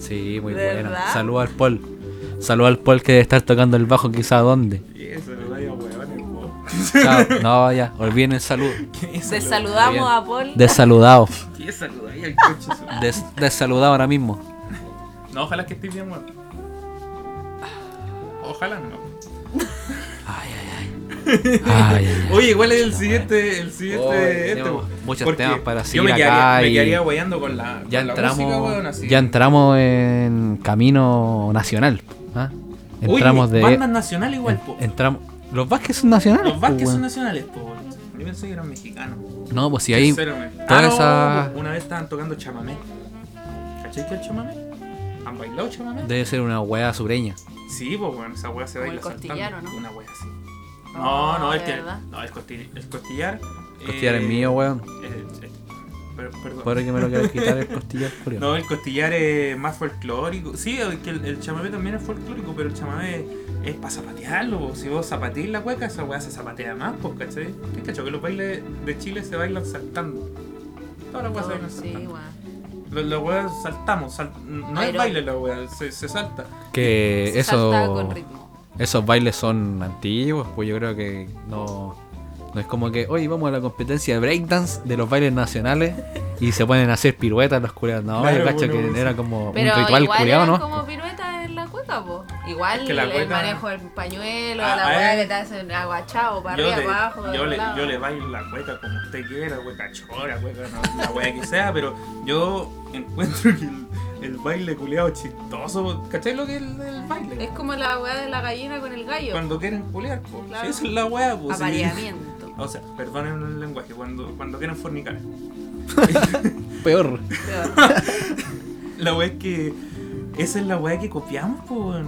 Sí, muy
¿Verdad?
bueno. Saluda al Paul. Saluda al Paul que debe estar tocando el bajo, quizá dónde.
Y eso, lo vaya huevones, po.
(laughs)
Chao. No, ya, olviden el saludo.
(laughs) ¿Qué es
Te
lo-
saludamos
bien.
a Paul.
Desaludado.
¿Qué es saludo ahí al coche? su-
Des- desaludado ahora mismo.
No, ojalá que estés bien, weón. Ojalá no.
Ay, ay, ay.
Oye, igual es el siguiente, el
Hoy
siguiente este,
tenemos
weón.
muchos
Porque
temas para
Yo
seguir
me quedaría,
acá
me
y-
quedaría guayando con la
Ya
con la
entramos,
música, weón, así.
ya entramos en camino nacional. ¿ah?
Oye,
Entramos
bandas
de.
nacionales igual, po.
Entramos. Los Vázquez son nacionales.
Los Vázquez
pues,
son
weón.
nacionales, po. weón. Yo pensé que eran mexicanos.
No, pues si ahí.
Sinceramente.
toda
Ah, no,
esa-
Una vez estaban tocando chamamé. ¿Cachai que el chamamé? ¿Han bailado chamamé?
Debe ser una hueá sureña.
Sí, pues bueno, esa wea se
Como
baila
el costillar,
saltando.
¿o no?
Una wea así.
No,
No, no,
de
el que.
verdad.
No, el costillar. El costillar,
Costillar
eh,
es mío, weón.
eh, eh, per- perdón.
Pobre que me lo quieras quitar el costillar, curioso.
No, el costillar es más folclórico. Sí, el, que el, el chamamé también es folclórico, pero el chamamé es para zapatearlo. po. Si vos zapateás la cueca, esa weá se zapatea más, pues, ¿cachai? ¿Qué cacho? Que los bailes de Chile se bailan saltando. Todas las weas se bailan
Sí,
saltando.
Juan.
Los los weas saltamos, sal- no es
Pero-
baile la wea, se, se salta. Eh,
Que
Se
eso-
salta con ritmo.
esos bailes son antiguos, pues yo creo que no, no es como que, oye, vamos a la competencia de breakdance de los bailes nacionales y se ponen a hacer piruetas los culiados. No,
Claro,
yo cacho
bueno, pues
que
sí.
era como
Pero
un ritual
igual
culiado,
eran
¿no?
como piruetas en la cueca, po. Igual
Es que la
el
cueca-
manejo del pañuelo,
Ah,
la
a
weá
ver.
que te hacen aguachado, para
Yo
arriba,
le,
abajo. de
yo,
los
le,
lados.
yo le bailo la cueca como usted quiera, cueca chora, cueca, no, la wea que sea, pero yo encuentro que el, el baile culeado chistoso, ¿cachai lo que es el, el baile?
Es como la weá de la gallina con el gallo.
Cuando quieren culear, pues.
Claro.
Eso es la wea, pues. sí.
Apareamiento.
O sea, perdonen el lenguaje, cuando, cuando quieren fornicar.
Peor.
Peor.
La wea es que. Esa es la wea que copiamos, pues.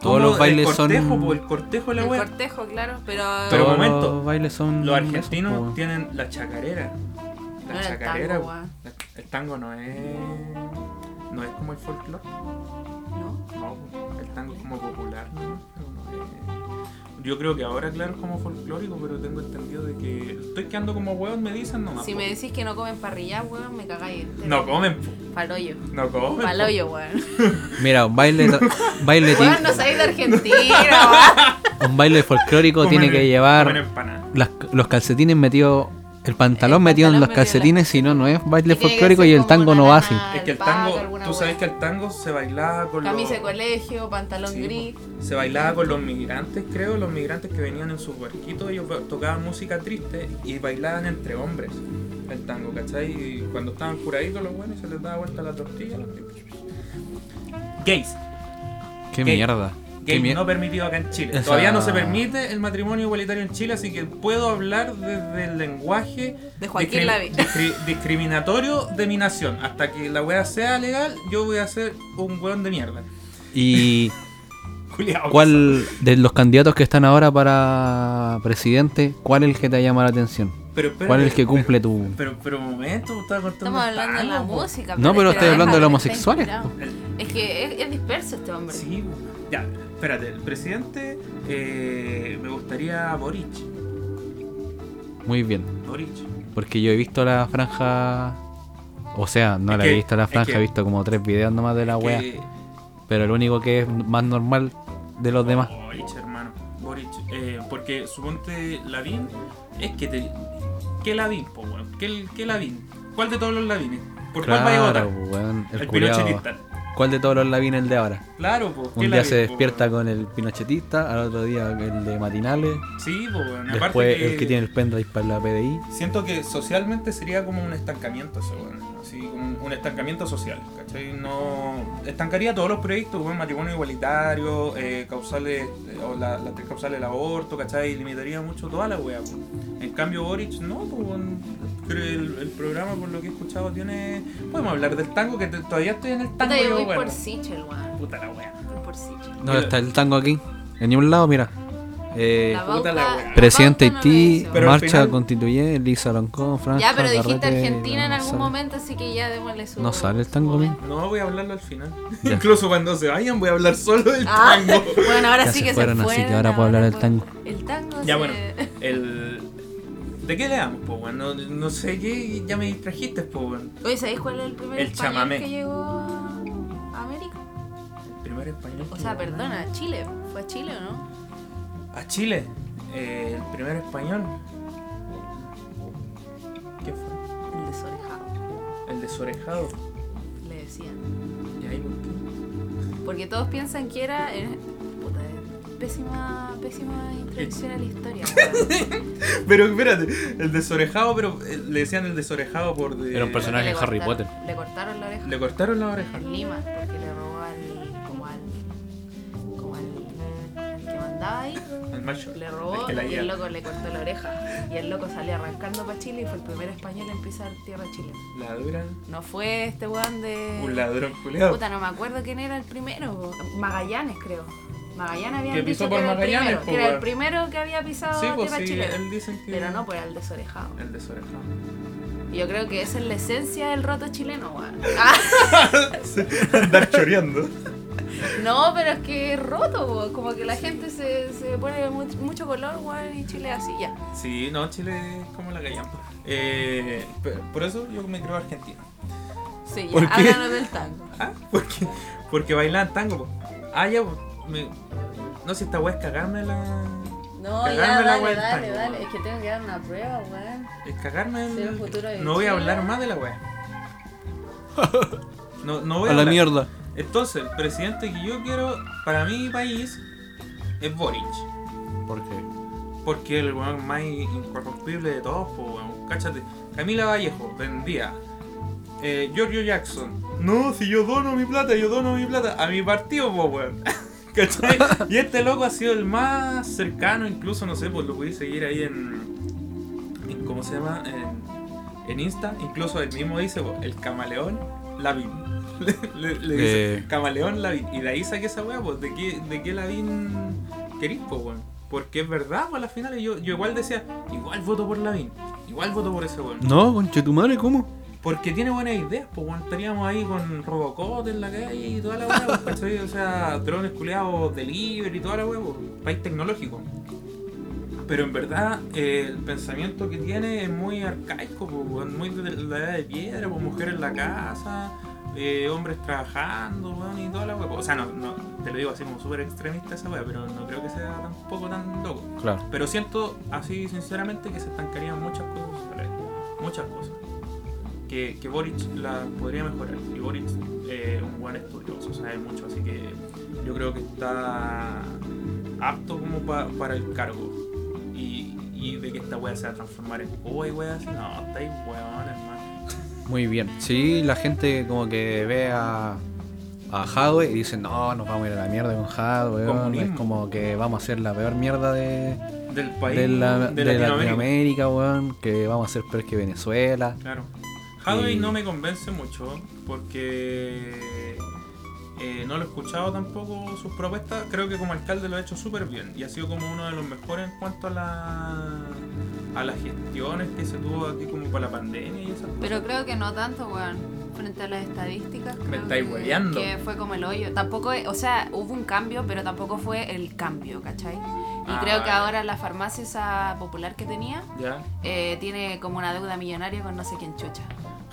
Todos los bailes
el
son-
cortejo, po, el cortejo de la
El
wea.
cortejo, claro, pero.
Pero
Todos
momento,
los bailes son.
Los argentinos
esos, po.
tienen la chacarera. La
No era el
chacarera.
tango,
po.
weón.
el tango no es. No es como el folclore.
¿No?
No, po. el tango es como popular. ¿no? Pero no es- Yo creo que ahora, claro, es como folclórico, pero tengo entendido de que. Estoy quedando como huevos, me dicen nomás.
Si
po.
me decís que no comen parrilla, weón, me cagáis. entero.
No comen, po.
Paloyo.
no comen. po.
Paloyo,
(laughs)
weón.
Mira, un baile. baile ti-
Weón, no sabéis de Argentina,
Un baile folclórico
Comen
tiene
em-
que llevar
comen empanada.
las- los calcetines metidos. El pantalón
El
metido en
pantalón
los
metido en
calcetines,
las-
si no, no es
weón.
baile folclórico y el tango no va así.
Es que el tango. Tú sabes que el tango se bailaba con (laughs)
Camisa de
los.
colegio, pantalón
Sí,
gris.
po. se bailaba con los migrantes, creo, los migrantes que venían en sus barquitos, ellos ba- tocaban música triste y bailaban entre hombres. el tango, ¿cachai? Y cuando estaban curaditos los buenos se les daba vuelta la tortilla. Gays.
Qué
Gay.
mierda. Qué
Gay
mier-
no permitido acá en Chile.
Esa-
Todavía no se permite el matrimonio igualitario en Chile, así que puedo hablar desde el lenguaje
De Joaquín
discri-
Lavi.
discri- discriminatorio de mi nación. Hasta que la wea sea legal, yo voy a ser un weón de mierda. (laughs)
¿Y
Culiao,
cuál de los candidatos que están ahora para presidente, cuál es el que te ha llamado la atención?
Pero, eh, espérate,
¿Cuál es el que cumple tu...?
Pero, pero un momento, estaba cortando
Estamos
un
hablando de la
tango, po.
música.
No, pero estoy
deja
hablando de
que
los
te estés
homosexuales,
inspirado.
El-
Es que es, es disperso este hombre.
sí, po. ya, espérate, el presidente eh, me gustaría Boric.
Muy bien.
Boric.
Porque yo he visto la franja. O sea, no
Es
la
que-
he visto la
es
franja,
que-
he visto como tres videos nomás de la wea.
Que-
Pero el único que es más normal de los demás.
Boric, hermano. Boric. Eh, porque suponte Lavín es que te. ¿Qué Lavín, po, weón? ¿Qué, qué Lavín? ¿Cuál de todos los Lavines? ¿Por cuál vaya a votar?
Claro, weón, el,
el
culiao.
pinochetista.
¿Cuál de todos los lavines el de ahora?
Claro, po.
Un
¿qué
día
Lavín,
se
po,
despierta
weón?
con el pinochetista, al otro día el de matinales,
Sí, po, weón.
después
Aparte
el que tiene el pendrive para la PDI.
Siento que socialmente sería como un estancamiento eso, weón. Así, como un, un estancamiento social, ¿cachai? No... Estancaría todos los proyectos, weón, matrimonio igualitario, eh, causales, eh, o la- las tres causales del aborto, ¿cachai? Limitaría mucho toda la wea, weón. En cambio, Boric, no, pues, weón. Creo que el, el programa, por lo que he escuchado, tiene... Podemos hablar del tango, que te- todavía estoy en el tango,
Puta, yo
yo,
voy
weón.
por Sichel, weón.
Puta la wea.
Voy por Sichel.
¿Dónde está el tango aquí? En ningún lado, mira. Eh,
La
puta
bauta-
la wea.
la
presidente
bauta no me
Haití,
hizo.
Pero al
marcha
final-
constituyente, Lisa Loncón, Francia.
Ya, pero dijiste
Carrete,
Argentina en
no
algún
sale.
momento, así que ya démosle su.
No sale el
su
tango,
momento.
No, voy a hablarlo al final.
Ya.
Incluso cuando se vayan voy a hablar solo del
Ah,
tango.
(laughs) bueno, ahora
Ya
sí
se
que
fueron,
se
así
fueron.
que ahora puedo hablar del
fue-
tango.
El tango
Ya
se-
bueno, el... ¿De qué le damos, po, weón? No, no sé qué, ya me distrajiste, po, weón.
Oye, ¿sabéis cuál es el primer
El
español
chamamé.
que llegó a América?
El primer español.
O
que
sea,
llegó a-
perdona, a Chile. ¿Fue a Chile o no?
A Chile. Eh, el primer español. ¿Qué fue?
El desorejado,
El desorejado.
le decían.
Y ahí, ¿por qué?
Porque todos piensan que era. era- puta, eh, pésima, pésima introducción a
(laughs)
la historia. weón.
Pero espérate, el desorejado, pero eh, le decían el desorejado por. de-
Era un personaje. Personaje
Le
de Harry
cortaron-
Potter.
Le cortaron la oreja.
Le cortaron la oreja.
en Lima, porque le robó al. como al. como al. al que mandaba ahí.
El macho.
Le robó
el que la
y
guía.
el loco le cortó la oreja. Y el loco salió arrancando para Chile y fue el primer español en pisar tierra chilena.
Ladrón.
No fue este weón de.
Un ladrón culeado.
Puta, no me acuerdo quién era el primero. po. Magallanes, creo. Magallanes había
Que
dicho
pisó
que
por
era el
Magallanes,
primero,
po,
que era el
weón.
primero que había pisado
Sí, pues
tierra
sí,
chilena.
él dicen que.
Pero no, pues era el desorejado.
El desorejado.
Y Yo creo que esa es la esencia del roto chileno, weón. (laughs) Ah,
(laughs) Andar choreando.
No, pero es que es roto, po. como que la gente se, se pone mu- mucho color, weón, y Chile así, ya.
Sí, no, Chile es como la callampa. Eh, pe- por eso yo me creo argentino.
Sí, ya,
¿Por qué?
háblanos del tango.
Ah, porque, porque bailan tango. po. Ah, ya, po, me- no sé, esta weá es cagarme la.
No,
Cagarme
ya,
la
dale,
vuelta,
dale,
weón.
dale. Es que tengo que dar una prueba, weón.
Es cagarme el-
Ser un futuro de
No voy a
Chile.
hablar más de la weá. No, no voy a,
A la
hablar.
mierda.
Entonces, el presidente que yo quiero para mi país es Boric.
Porque
Porque el weón más incorruptible de todos, po, weón. Cáchate. Camila Vallejo, vendía. Eh, Giorgio Jackson. No, si yo dono mi plata, yo dono mi plata. A mi partido, po, weón. (laughs) ¿Cachai? Y este loco ha sido el más cercano, incluso, no sé, pues lo pude seguir ahí en. en- ¿Cómo se llama? En, en Insta. Incluso él mismo dice, po, el camaleón Lavín. (laughs) Le, le- le dice,
Eh.
camaleón Lavín. Y de ahí saqué esa weá, pues, ¿de qué, de qué Lavín querís, po, weón? Porque es verdad, pues, a las finales yo, yo igual decía, igual voto por Lavín, igual voto por ese weón.
No, conche tu madre, ¿cómo?
Porque tiene buenas ideas, pues bueno, estaríamos ahí con Robocop en la calle y toda la hueá, pues, ¿cachai? O sea, drones culeados de libre y toda la hueá, pues, país tecnológico. Pero en verdad, eh, el pensamiento que tiene es muy arcaico, pues, weón, muy de la edad de piedra, pues, mujeres en la casa, eh, hombres trabajando, weón, y toda la hueá. pues. O sea, no, no, te lo digo así como súper extremista esa hueá, pero no creo que sea tampoco tan loco.
Claro.
Pero siento así sinceramente que se estancarían muchas cosas para él. Muchas cosas. Que, que Boric la podría mejorar. Y Boric eh, es un buen estudioso, sabe mucho, así que yo creo que está apto como pa- para el cargo. Y, y aquí de que esta wea se va a transformar en uy wea así. No, estáis weón, hermano.
Muy bien. Sí, la gente como que ve a, a Hadwe y dice, no, nos vamos a ir a la mierda con Hadwe. weón.
Comunismo.
Es como que vamos a hacer la peor mierda de,
Del país
de, la-
de
de
Latinoamérica.
Latinoamérica, weón. Que vamos a ser peor que Venezuela.
Claro. Hadway
Y-
no me convence mucho porque eh, no lo he escuchado tampoco sus propuestas. Creo que como alcalde lo ha hecho súper bien y ha sido como uno de los mejores en cuanto a, la, a las gestiones que se tuvo aquí como para la pandemia y esas cosas.
Pero creo que no tanto, weón. Frente a las estadísticas,
Me
creo
estáis
que-
hueveando.
que fue como el hoyo. Tampoco, o sea, hubo un cambio, pero tampoco fue el cambio, ¿cachai? Y
Ah,
creo que
ya.
ahora la farmacia esa popular que tenía
¿Ya?
eh, tiene como una deuda millonaria con no sé quién chucha.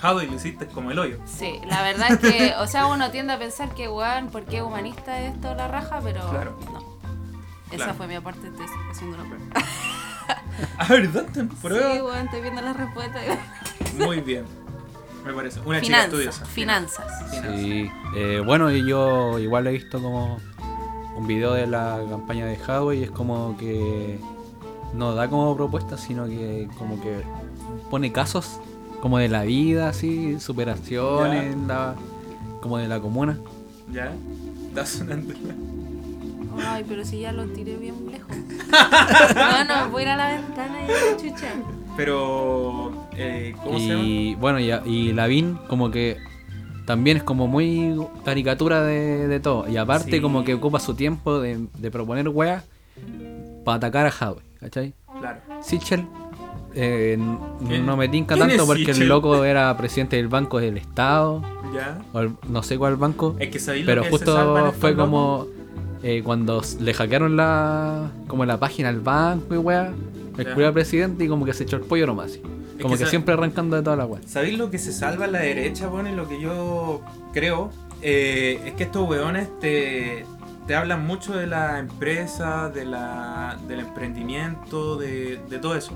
Hadway lo hiciste como el hoyo. (laughs)
Sí, la verdad es que, o sea, uno tiende a pensar que, weón, ¿por qué humanista es esto la raja? Pero
Claro.
no.
Claro.
Esa fue mi parte, estoy haciendo una prueba.
Ah, ¿verdad? Te
Sí,
prueba.
weón, estoy viendo las respuestas.
Muy bien. Me parece. Una chica estudiosa.
Finanzas, finanzas.
Finanzas.
Sí. Eh, bueno, y yo igual he visto como un video de la campaña de Huawei y es como que no da como propuestas, sino que como que pone casos como de la vida, así, superaciones,
Ya.
en la- como de la comuna.
¿Ya? Está sonando.
Ay, pero si ya lo tiré bien lejos. no, no, voy a ir a la ventana y a la chucha.
Pero. eh, ¿Cómo se llama?
y bueno, y, y Lavín como que también es como muy caricatura de, de todo. Y aparte
Sí.
como que ocupa su tiempo de, de proponer weas para atacar a Huawei, ¿cachai?
Claro.
Sichel eh, n-
¿Quién-
no me tinca
quién
tanto
es
porque
Sichel?
el loco era presidente del Banco del Estado,
¿Ya?
o el- no sé cuál banco,
Es que sabéis lo
pero
que se salvan
justo
estos
fue
locos.
como eh, cuando s- le hackearon la como la página al banco y weá, el
Ya.
cura presidente y como que se echó el pollo nomás. así. Como
que
que,
esa-
siempre arrancando de toda la weá.
¿Sabéis lo que se salva a la derecha, bueno, y lo que yo creo? Eh, es que estos weones te, te hablan mucho de la empresa, de la, del emprendimiento, de, de todo eso.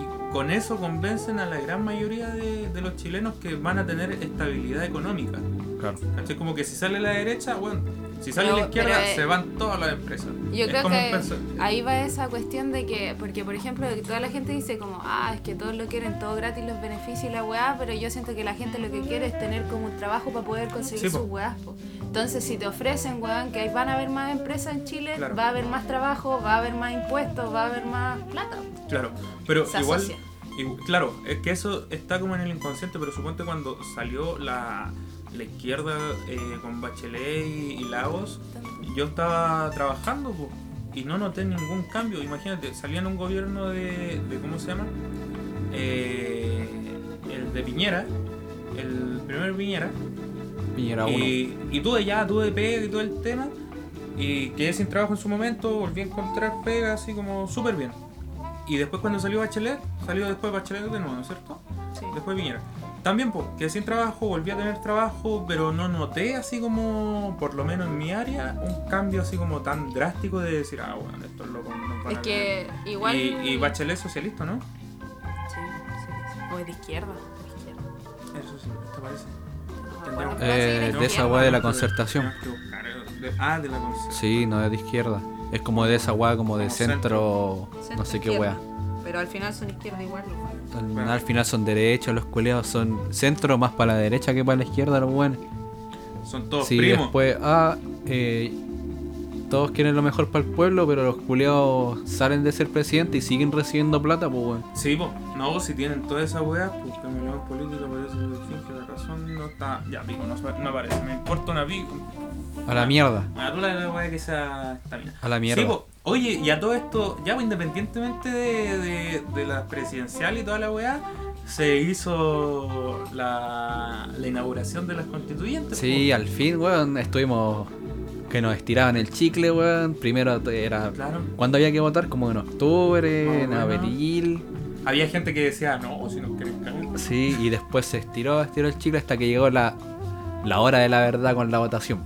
Y con eso convencen a la gran mayoría de, de los chilenos que van a tener estabilidad económica.
Claro.
¿Cachai? Como que si sale la derecha, bueno, si sale
Pero-
la izquierda,
pero, eh,
se van todas las empresas.
Yo
Es
creo
como un
que
perso-
ahí va esa cuestión de que, porque por ejemplo, toda la gente dice como, ah, es que todos lo quieren, todo gratis, los beneficios y la weá, pero yo siento que la gente lo que quiere es tener como un trabajo para poder conseguir
Sí, po.
sus weás. po. Entonces, si te ofrecen, weón, que ahí van a haber más empresas en Chile,
Claro.
va a haber más trabajo, va a haber más impuestos, va a haber más plata.
Claro, pero
Se
igual,
asocia.
igu- Claro, es que eso está como en el inconsciente, pero suponte cuando salió la, la izquierda eh, con Bachelet y, y Lagos, yo estaba trabajando po, y no noté ningún cambio. Imagínate, salían un gobierno de, de ¿cómo se llama? Eh, el de Piñera, el primer Piñera,
Piñera uno.
y, y tuve ya, tuve pega y todo el tema. Y quedé sin trabajo en su momento, volví a encontrar pega así como súper bien. Y después cuando salió Bachelet, salió después Bachelet de nuevo, ¿no es cierto?
Sí.
Después Piñera. También, pues, quedé sin trabajo, volví a tener trabajo, pero no noté así como, por lo menos en mi área, un cambio así como tan drástico de decir, ah, bueno, estos locos no van a
Es que
tener".
igual...
Y, y Bachelet socialista, ¿no?
Sí, sí, sí. O es de izquierda. de izquierda.
Eso sí, ¿te parece?
No me
Tendría
acuerdo,
un-
pero sí,
Eh,
era
de esa
izquierda.
weá de la
Ah,
concertación.
de- Ah, de la concertación.
Sí, no es de izquierda. Es como de esa weá, como de
Como
centro, no
Centro
sé qué
izquierda.
weá.
Pero al final son izquierda igual. ¿no?
Al,
Bueno.
al final son derechos, los culeados son centro más para la derecha que para la izquierda, los buenos.
Son todos
Sí,
primos.
después, ah, eh, todos quieren lo mejor para el pueblo, pero los culeados salen de ser presidente y siguen recibiendo plata, pues weón.
Sí, po. No, si tienen toda esa weá, pues que me lo político, por eso le finge la razón, no está. Ya, pico, no, se- no aparece. Me importa una pico.
A la mierda.
Me tú la weá que esa esta mina.
A la mierda.
Sí, po. Oye, y a todo esto, ya pues, independientemente de, de, de la presidencial y toda la weá, se hizo la, la inauguración de las constituyentes.
Sí,
po.
al fin, weón, estuvimos que nos estiraban el chicle, weón. Primero era.
Claro.
¿Cuándo había que votar? Como en
Más
octubre,
o
en
menos.
abril.
Había gente que decía, no, si no querés cagar.
Sí, y después se estiró, estiró el chicle hasta que llegó la, la hora de la verdad con la votación.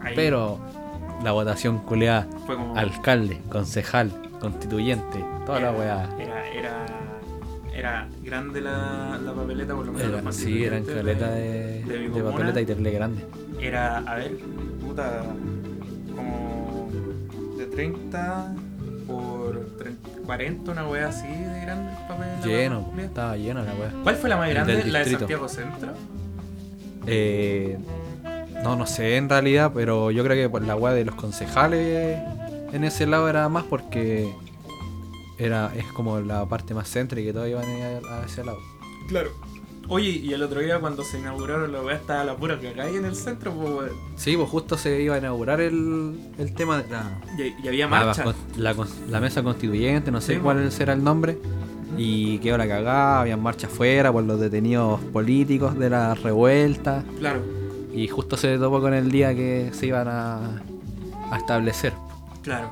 Ahí
Pero la votación culeada,
fue como.
alcalde, concejal, constituyente, toda la weá.
Era, era, era grande la, la papeleta, por lo menos.
Era,
los
sí, eran
constituyentes
caleta de,
de mi
de
comuna.
papeleta y tele grande.
Era, a ver, puta, como de 30 por 30, 40, una wea así de grande el papel. de la
Lleno,
Colombia.
estaba lleno la weá.
¿Cuál fue la más
El
grande?
del
¿La de
distrito.
Santiago Centro?
Eh, no, no sé en realidad, pero yo creo que por la weá de los concejales en ese lado era más porque era es como la parte más céntrica y todos iban a ir a ese lado.
Claro. Oye, y el otro día cuando se inauguraron la wea estaba la pura cagada ahí en el centro, pues weón.
Sí, pues justo se iba a inaugurar el, el tema de la,
Y, y había
la,
marcha.
con- la con- la mesa constituyente, no sé
Sí,
cuál será el nombre. Y quedó la cagada, habían marcha afuera por los detenidos políticos de la revuelta.
Claro.
Y justo se topó con el día que se iban a, a establecer.
Claro.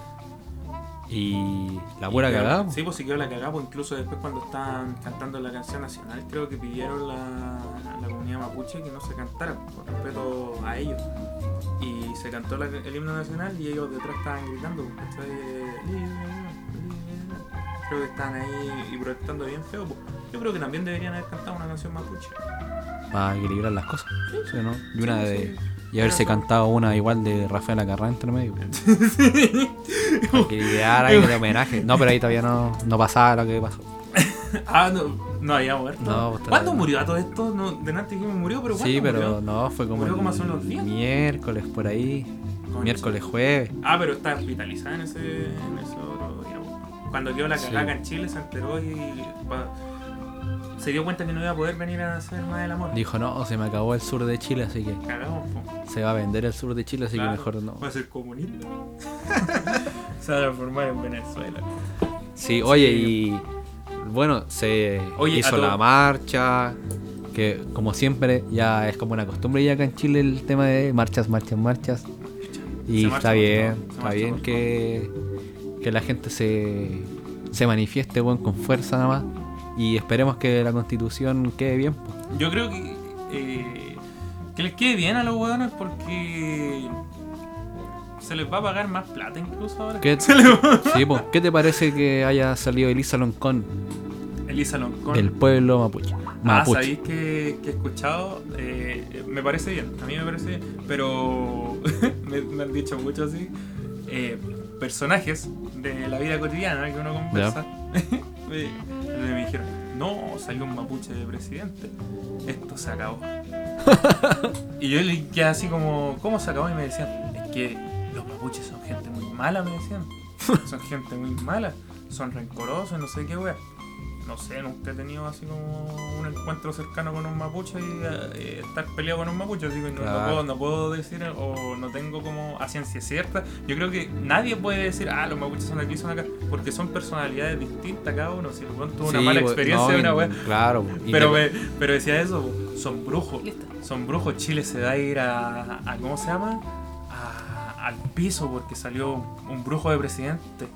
Y la pura
Y quedó-
cagada.
Sí, pues sí quedó la cagada, pues incluso después cuando estaban cantando la canción nacional, creo que pidieron la, a la comunidad mapuche que no se cantara, por respeto a ellos. Y se cantó la- el himno nacional y ellos detrás estaban gritando, pues, ¿cachai? Eh, "Libre, libre". Creo que estaban ahí y protestando bien feo. pues. Yo creo que también deberían haber cantado una canción mapuche.
para equilibrar las cosas. ¿sí o no? Y una
Sí,
de.
sí.
Y haberse cantado una igual de Rafael Acarrá entre medio.
(laughs)
Para equilibrar ahí el homenaje. No, pero ahí todavía no, no pasaba lo que pasó.
Ah, no, no había muerto.
No,
¿Cuándo
pues, todavía no.
murió a todo esto? No, delante dijimos murió, pero ¿cuándo
Sí, pero
murió?
no, fue como
Murió como hace
el
unos días.
miércoles por ahí.
Concha.
Miércoles, jueves.
Ah, pero está hospitalizada en ese, en ese otro día, po. Cuando quedó la
Sí.
calaca en Chile se enteró y pa- se dio cuenta que no iba a poder venir a hacer más el amor.
Dijo, no, se me acabó el sur de Chile, así que
Cagamos, po.
se va a vender el sur de Chile, así
Claro,
que mejor no.
Va a ser
(laughs)
comunista. se va a transformar en Venezuela.
Sí, oye,
Sí.
y bueno, se
Oye, a
hizo
todo-
la marcha, que como siempre ya es como una costumbre ya acá en Chile el tema de marchas, marchas, marchas. Y
Se marcha
está
por
bien,
todo, se
está
marcha
bien
por
que, que la gente se, se manifieste weón, con fuerza nada más. Y esperemos que la constitución quede bien.
(laughs) Yo creo que. eh, que les quede bien a los hueones porque. Se les va a pagar más plata incluso ahora. (laughs)
¿Qué,
Se les va-
sí, po, ¿Qué te parece que haya salido Elisa Loncón
Elisa Loncón.
del pueblo mapuche?
Ah,
Mapuche.
sabéis que, que he escuchado, eh, me parece bien, a mí me parece bien, pero (laughs) me, me han dicho mucho así, eh, personajes de la vida cotidiana que uno conversa, me, (laughs) me dijeron, no, salió un mapuche de presidente, esto se acabó. y yo le quedé así como, ¿cómo se acabó? Y me decían, es que los mapuches son gente muy mala, me
(laughs)
decían, son gente muy mala, son rencorosos, no sé qué wea no sé, nunca he tenido así como un encuentro cercano con un mapuche y eh, estar peleado con un mapuche, así que no- no,
Claro.
puedo, no puedo decir o no tengo como a ciencia cierta. Yo creo que nadie puede decir, ah, los mapuches son aquí, son acá, porque son personalidades distintas cada uno. Si el weón tuvo una
Sí,
mala
po,
experiencia
no,
de una
y-
wea.
Claro, po, y
Pero,
te-
me- pero decía eso, pues, son brujos,
Listo.
son brujos. Chile se va a ir a, a- ¿cómo se llama? A- al piso porque salió un brujo de presidente.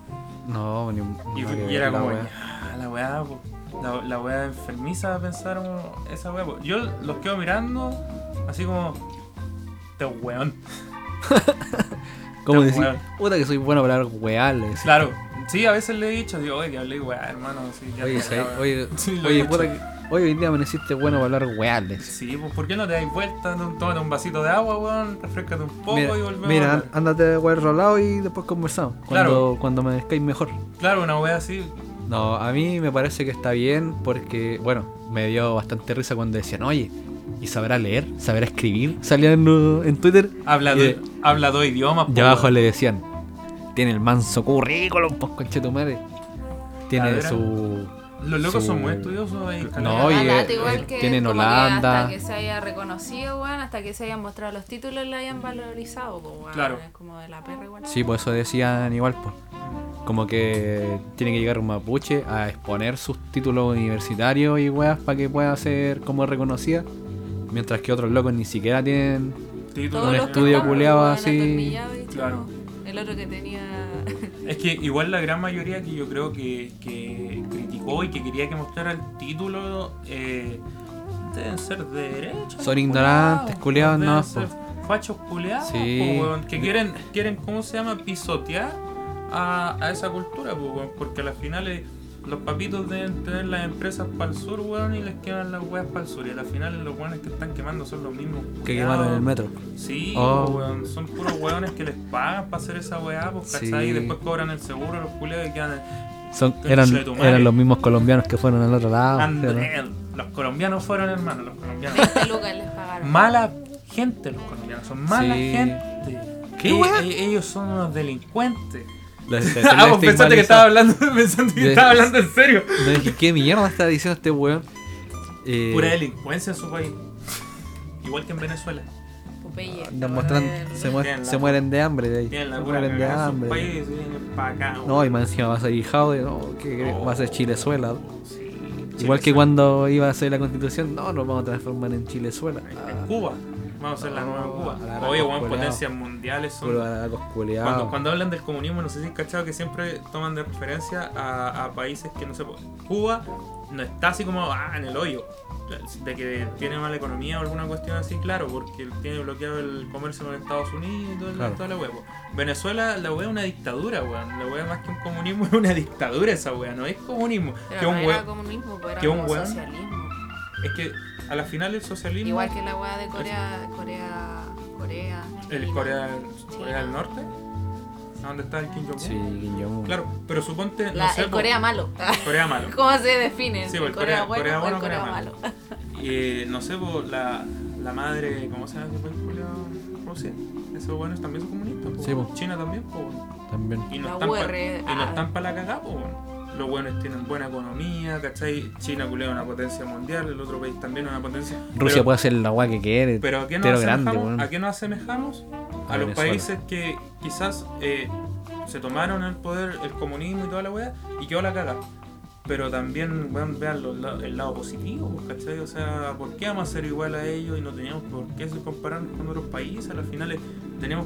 No, ni un-
Y,
nada que
y
ver,
era
Ah, la
como,
wea.
"Ya, la weá, po". la, la weá enfermiza, pensaron esa weá. po. Yo los quedo mirando, así como, te weón.
Como
Tan
decir,
weón.
puta que soy bueno para hablar weales.
Claro, sí, a veces le he dicho, digo, oye, que hablé weá, hermano. Sí, ya
Oye,
te-
¿sabes?
ya,
oye,
(laughs) Sí, lo he
oye,
dicho.
puta que, oye, hoy día amaneciste bueno para hablar weales.
Sí, pues, ¿por qué no te dais vuelta? No- Tómate un vasito de agua, weón, refrescate un poco
Mira,
y volvemos. a
mira,
hablar".
ándate de weal rolado y después conversamos. Cuando, cuando me descáis mejor.
Claro, una weá así,
No, a mí me parece que está bien porque, bueno, me dio bastante risa cuando decían, oye, ¿y sabrá leer? ¿Sabrá escribir? Salía en, lo- en Twitter.
habla,
y de-
do- habla dos idiomas.
de
po,
abajo
weón.
le decían, tiene el manso currículum, pues conche tu madre.
A
Tiene
ver,
su...
Ah, Los locos son muy
su-
estudiosos ahí.
Me
No,
da
y,
lata
eh,
igual
eh,
que
tienen
como que
Holanda.
hasta que se haya reconocido, weón, hasta que se hayan mostrado los títulos, la hayan valorizado, pues, weón.
Claro.
Es como de la perra igual.
Sí, por eso decían igual, pues. Como que tiene que llegar un mapuche a exponer sus títulos universitarios y weas para que pueda ser como reconocida. Mientras que otros locos ni siquiera tienen.
Título,
Todos los
un
weón.
que
estudio
estaban,
culeado
weón,
así.
atornillados y chao.
Claro.
El otro que tenía. (laughs)
Es que igual la gran mayoría que yo creo que, que criticó y que quería que mostrara el título eh, deben ser de derecha.
Son
los
ignorantes, culiados,
deben
no, pues.
ser Fachos culeados,
Sí.
que quieren, quieren, ¿cómo se llama? Pisotear a, a esa cultura, po, weón, porque a las finales los papitos deben tener las empresas para el sur, weón, y les queman las weas para el sur. Y a las finales los weones que están quemando son los mismos.
que
culiados.
quemaron en el metro.
Sí,
Oh.
po, weón, son puros weones que les pagan para hacer esa weá, pues,
Sí.
¿cachai? Y después cobran el seguro los culiados y quedan.
Son,
Concha
eran,
de tu madre.
eran los mismos colombianos que fueron al otro
(laughs)
lado.
Andrés, Eh, los colombianos fueron hermanos, los colombianos. (laughs)
20 lucas les pagaron.
mala gente los colombianos, son mala
Sí.
gente.
¿Qué,
Eh,
weá?
eh, ellos son unos delincuentes. (laughs)
Los- los- los
Ah, vos pensaste que
estigmatizados.
estaba hablando, (laughs) pensaste que
De-
estaba hablando en serio.
No, dije, ¿Qué mierda está diciendo este weón? Eh,
Pura delincuencia en su país. Igual que en Venezuela.
Popeye.
nos muestran, se, muer-
Tienen la-
se mueren de hambre de ahí.
Tienen la
se
pura
mueren de
cagada en su
hambre.
país, vienen pa' acá.
No, y más encima va a ser hijado de. No, que que
No.
va a ser Chilezuela.
Sí,
Igual que
Chile-
cuando iba a hacer la constitución, no, nos vamos a transformar en Chilezuela. Ah,
En Cuba. Vamos a ser la nueva
Oh, a la
Cuba.
raja
Oye, weón,
culeado.
potencias mundiales son.
Puro baracos
Cuando,
culeados.
cuando hablan del comunismo, no sé si han cachado que siempre toman de referencia a, a países que no se pueden. Cuba no está así como ah, en el hoyo, de que tiene mala economía o alguna cuestión así, claro, porque tiene bloqueado el comercio con Estados Unidos y todo el-
Claro.
toda la wea. po. Venezuela, la wea es una dictadura, weón. La wea más que un comunismo (laughs) es una dictadura esa wea, no es comunismo.
Pero
Que
no
un
era
wea-
comunismo, pues era
que un
como
weón-
socialismo.
es que a la final el socialismo,
Igual que la weá de Corea, Corea, Corea.
el
China.
Corea, Corea del
China.
Norte, ¿a dónde está el Kim Jong-un?
Sí, Kim Jong-un.
Claro, pero suponte, no
La,
sé,
el
po,
Corea malo. (laughs)
Corea malo.
¿Cómo se define?
Sí,
¿El
pues,
Corea, bueno
Corea
o
bueno,
el
Corea
Corea
malo.
malo?
Eh, no sé, po, la, la madre, ¿cómo se llama que fue el culiao? Rusia. Esos buenos también son comunistas, po.
Sí, po.
China también, po. weón.
También.
Y no
La
están pa-
UR,
y no
ah.
están para la cagada, po. weón. Los buenos tienen buena economía, ¿cachai? China culea una potencia mundial, el otro país también una potencia.
Rusia
Pero-
puede hacer la agua que quiere.
pero ¿a qué nos
pero
asemejamos?
grande, weón.
¿A qué nos asemejamos? A,
A
los
Venezuela.
países que quizás eh, se tomaron el poder, el comunismo y toda la weá, y quedó la caga. Pero también weón, vean los la- el lado positivo, pues, ¿cachai? O sea, ¿por qué vamos a ser igual a ellos y no teníamos por qué se- compararnos con otros países? A las finales tenemos.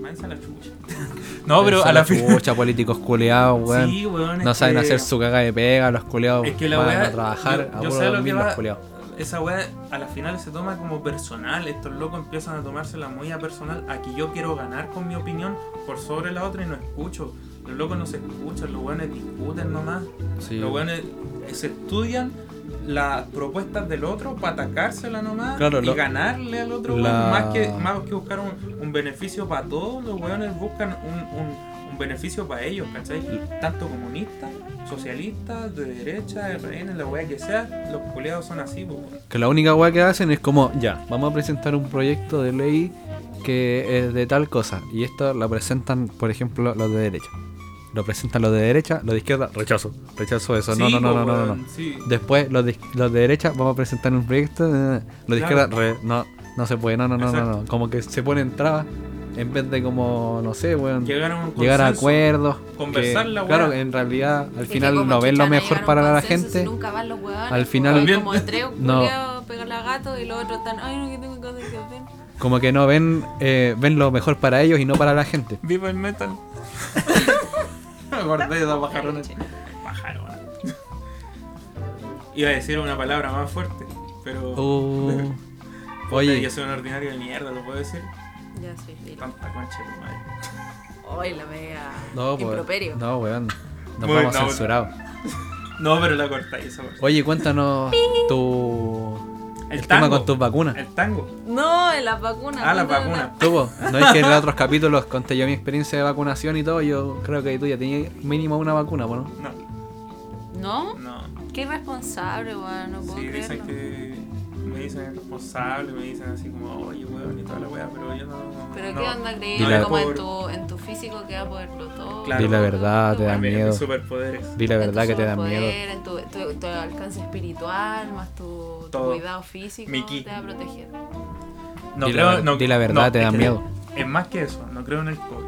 Mansa la chucha. (laughs) no, pero a la final.
Mucha políticos culeados, weón.
Sí, weón, es
No saben
que-
hacer su caga de pega, los culeados
Es que la
van
weá-
a trabajar
yo-
a
yo
puro
sé lo
dormir
que va-
los culeados.
Esa weá a la final se toma como personal. Estos locos empiezan a tomársela muy a personal. Aquí yo quiero ganar con mi opinión por sobre la otra y no escucho. Los locos no se escuchan, los weones discuten nomás.
Sí.
Los weones eh, se estudian las propuestas del otro para atacársela nomás
Claro,
y
lo-
ganarle al otro.
la-
weón. Más, que, más que buscar un, un beneficio para todos, los weones buscan un, un- un beneficio para ellos, ¿cachai? Tanto comunistas, socialistas, de derecha, RN, la weá que sea, los culeados son así, pues, weón.
Que la única weá que hacen es como, ya, vamos a presentar un proyecto de ley que es de tal cosa. Y esto lo presentan, por ejemplo, los de derecha. Lo presentan los de derecha, los de izquierda, rechazo. Rechazo eso. No,
Sí,
no, no, no,
pues,
no, no,
weón,
no.
sí.
Después, los de, los de derecha, vamos a presentar un proyecto. eh, los de
Claro.
izquierda, re- no, no se puede, no, no, no, no, no. Como que se ponen trabas en vez de como, no sé, weón.
Llegar a un
llegar a
consenso.
acuerdos.
Conversar
que,
la weá.
Claro, en realidad al
Es que
final
como
no ven
chucha
lo
van a llegar
mejor
a
para
un
la
consenso si
gente.
nunca van los huevones,
Al
pues,
final-
hay
También- (laughs)
como tres
No.
culiados pegarle a gato y los otros están, ay, no, que tengo cosas que hacer.
Como que no ven, eh, ven lo mejor para ellos y no para
(laughs)
la gente.
Viva el metal. Me acordé de dos pajarones. Pajarones. (laughs) Iba a decir una palabra más fuerte, pero.
Uh,
Puta,
oye.
Yo soy un ordinario de mierda, lo puedo decir.
Ya soy feliz.
Tanta concha de tu madre. Ah.
Hoy la mega
no, po-
improperio.
no, weón. Nos
Muy-
vamos
no,
censurados.
No, pero la cortáis esa parte.
Oye, cuéntanos tu. El, tema
tango.
con tus vacunas.
El tango.
No, en las vacunas.
Ah, las
no, no, no.
vacunas.
Tú, po, no es que en los otros capítulos conté yo mi experiencia de vacunación y todo. Yo creo que tú ya tenías mínimo una vacuna, po, ¿no?
No,
¿No?
no.
Qué irresponsable, weón, no puedo
Sí, dicen
creerlo.
que. Me dicen responsable, me dicen así como, oye, weón, y toda la weá, pero yo no.
Pero
no.
qué onda creer
Dile la-
como en
Por-
tu, en tu físico que va a poderlo todo.
Claro.
Di la verdad, te da
A mí,
miedo.
mis superpoderes.
Di la
En tu
verdad que te da
superpoder,
miedo.
En tu, tu- tu alcance espiritual, más tu, tu
Todo.
cuidado físico,
Mi ki.
te va a proteger.
No
Di la
creo,
ver-
no-
di la verdad,
no,
te
es
da
que
miedo.
Es más que eso, no creo en el COVID.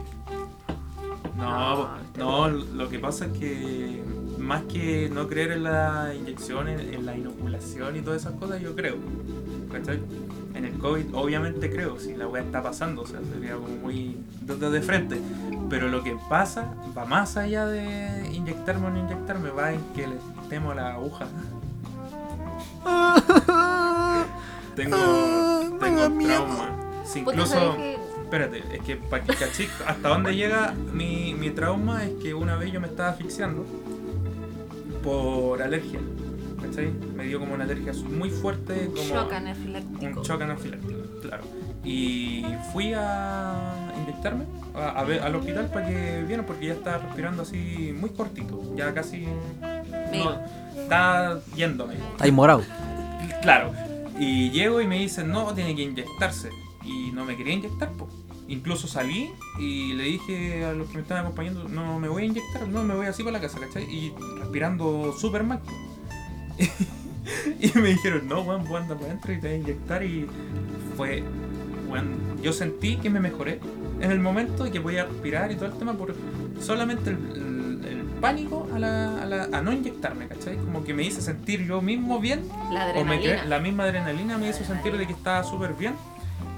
No,
este
no, lo que pasa es que más que no creer en las inyecciones, en la inoculación y todas esas cosas, yo creo. ¿Cachai? En el COVID obviamente creo, si la weá está pasando, o sea, sería como muy de, de frente. Pero lo que pasa va más allá de inyectarme o no inyectarme, va en que le temo a la aguja. (laughs) Tengo, tengo trauma. Si
Puta,
incluso...
¿sabes qué?
Espérate, es que para que cachis hasta dónde llega mi, mi trauma es que una vez yo me estaba asfixiando por alergia. ¿cachai? Me dio como una alergia muy fuerte,
Un
como
shock anafiláctico.
un shock anafiláctico, claro. Y fui a inyectarme a, a ver- al hospital para que vieran, porque ya estaba respirando así muy cortito, ya casi. No, estaba yéndome.
Estáis morado.
Claro. Y llego y me dicen, no, tiene que inyectarse. Y no me quería inyectar, po. Incluso salí y le dije a los que me estaban acompañando, no me voy a inyectar, no me voy así para la casa, ¿cachai? Y respirando súper mal. (laughs) y me dijeron, no, weón, vos anda para adentro y te vas a inyectar. Y fue, weón, yo sentí que me mejoré en el momento y que podía respirar y todo el tema por solamente el, el- el pánico a, la- a la- a no inyectarme, ¿cachai? Como que me hice sentir yo mismo bien
La
o me
adrenalina.
quedé- la misma adrenalina me hizo sentir de que estaba súper bien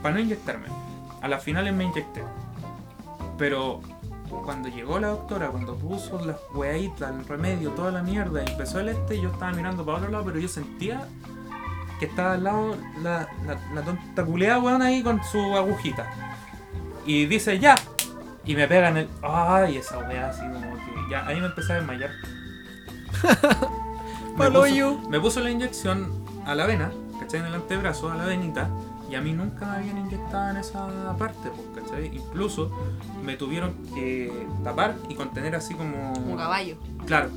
para no inyectarme. A las finales me inyecté. Pero cuando llegó la doctora, cuando puso las hueitas, el remedio, toda la mierda, y empezó el este, yo estaba mirando para otro lado, pero yo sentía que estaba al lado la, la, la tonta culeada, weón, ahí con su agujita. Y dice, ya. Y me pegan el... Ay, esa weá así como que... Ya, ahí me empecé a desmayar. Me puso-
Paloyo.
me puso la inyección a la vena, ¿cachai? En el antebrazo, a la venita, y a mí nunca me habían inyectado en esa parte, pues, ¿cachai? Incluso me tuvieron que tapar y contener así como...
Un caballo.
Claro.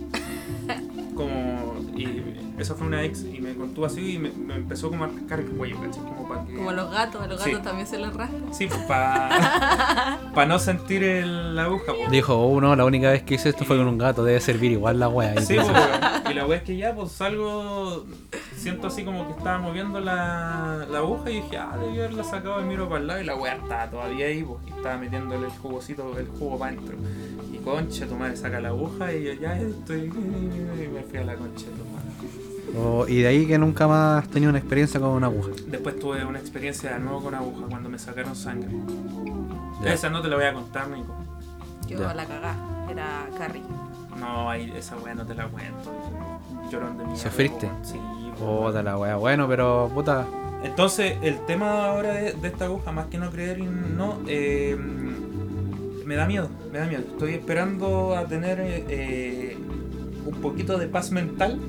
(laughs) Como... Y esa fue una ex y me contuvo así y me, me empezó como a rascar el cuello, ¿cachai? Como para que...
Como los gatos, a los gatos
Sí.
también se les rasca.
Sí, pues para (laughs) no sentir el- la aguja, pues.
Dijo, oh no, la única vez que hice esto fue con un gato, debe servir igual la wea.
Sí,
Entonces,
pues,
(laughs)
weón. y la weá es que ya, pues salgo, siento así como que estaba moviendo la, la aguja y dije, ah, debí haberla sacado y miro para el lado y la weá estaba todavía ahí, pues, y estaba metiéndole el jugosito, el jugo para adentro. Y concha, tu madre saca la aguja y yo ya estoy, y me fui a la concha, de tu madre.
oh, y de ahí que nunca más has tenido una experiencia con una aguja.
Después tuve una experiencia de nuevo con aguja cuando me sacaron sangre.
Ya.
Esa no te la voy a contar, Nico.
Yo
Ya.
la cagá. Era Carrie.
No, ahí, esa weá no te la cuento. Llorón de mierda.
¿Sufriste?
po. Sí, po.
Puta la wea, bueno, pero puta.
Entonces, el tema ahora de, de esta aguja, más que no creer y no, eh, me da miedo, me da miedo. Estoy esperando a tener eh, un poquito de paz mental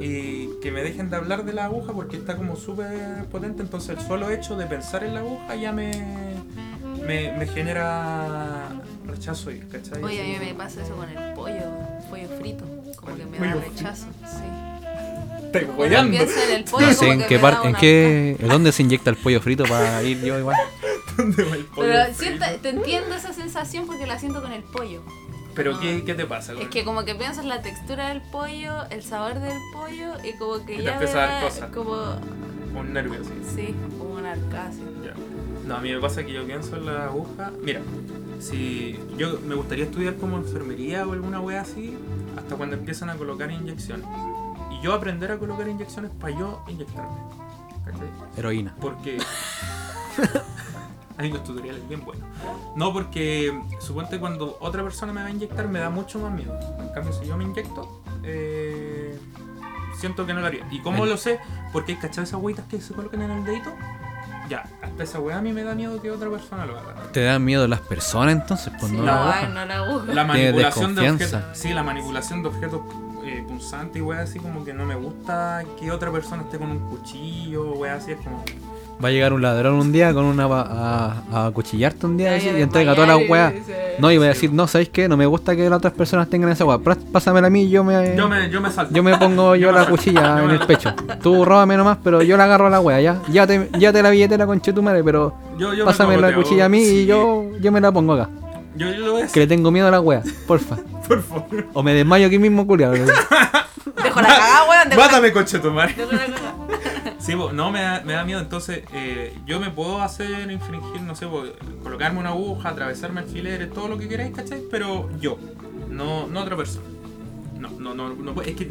y que me dejen de hablar de la aguja porque está como súper potente. Entonces, el solo hecho de pensar en la aguja ya me, me, me genera rechazo, y, ¿cachai?
Oye, a
Así
mí
como-
me pasa eso con el pollo, pollo frito. Como que me da
Pollo
rechazo. Sí.
Estoy
Cuando
joyando.
pienso en el pollo,
No
como
sé en
que
qué
me da
parte, en
una-
qué, dónde se inyecta el pollo frito para ir yo igual.
(laughs) ¿Dónde va el pollo
Pero
frito?
siento- te entiendo esa sensación porque la siento con el pollo.
Pero, ¿qué, qué te pasa? con
Es
el-
que como que piensas la textura del pollo, el sabor del pollo y como
Y
que
te
ya me
empieza a dar
da
cosa.
como
Un nervio así.
sí, como un arcasio.
Ya. No, a mí me pasa que yo pienso en la aguja. Mira, si yo me gustaría estudiar como enfermería o alguna wea así, hasta cuando empiezan a colocar inyecciones. Y yo aprender a colocar inyecciones para yo inyectarme. ¿Cachai?
Heroína.
Porque (laughs) hay unos tutoriales bien buenos. No, porque suponte cuando otra persona me va a inyectar me da mucho más miedo. En cambio, si yo me inyecto, eh, siento que no lo haría. ¿Y cómo
El-
lo sé? Porque hay cachado esas agüitas que se colocan en el dedito. Ya, hasta esa weá a mí me da miedo que otra persona lo haga.
¿Te dan miedo las personas entonces? Pues
Sí,
no
no,
la
ay,
aguja.
no la aguja.
La
Tienes
manipulación de
desconfianza.
objetos. Sí, la manipulación de objetos eh, punzantes y weá así como que no me gusta que otra persona esté con un cuchillo, weá así es como.
Va a llegar un ladrón un día con una va- a, a cuchillarte un día
Ay,
así,
a
y entrega toda la
desmayar y
weá.
dice-
No, y va a decir, no, ¿sabéis qué? No me gusta que las otras personas tengan esa weá. Prá- Pásamela a mí y yo me,
Yo me, yo me salto.
yo me
(laughs)
pongo yo
Yo me
la
salto. Yo
cuchilla en
me-
el pecho. Tú róbame nomás, pero yo la agarro a la weá, ya. Ya te, ya te la billetera con madre, pero
Yo, yo me
pásame la
cogoteo.
cuchilla a mí
Sí.
y yo, yo me la pongo acá.
Yo, yo lo voy a
Que
hacer,
le tengo miedo a la weá, porfa.
por favor.
O me desmayo aquí mismo,
(laughs)
culiado.
Dejo la cagada, weón, dejo la-
Mátame, coche tu madre.
dejo la cagada.
Sí, po, no, me da, me da miedo. Entonces, eh, yo me puedo hacer infringir, no sé, po, colocarme una aguja, atravesarme alfileres, todo lo que queráis, ¿cachai? Pero yo, no, no otra persona. No, no, no, no puede- Es que,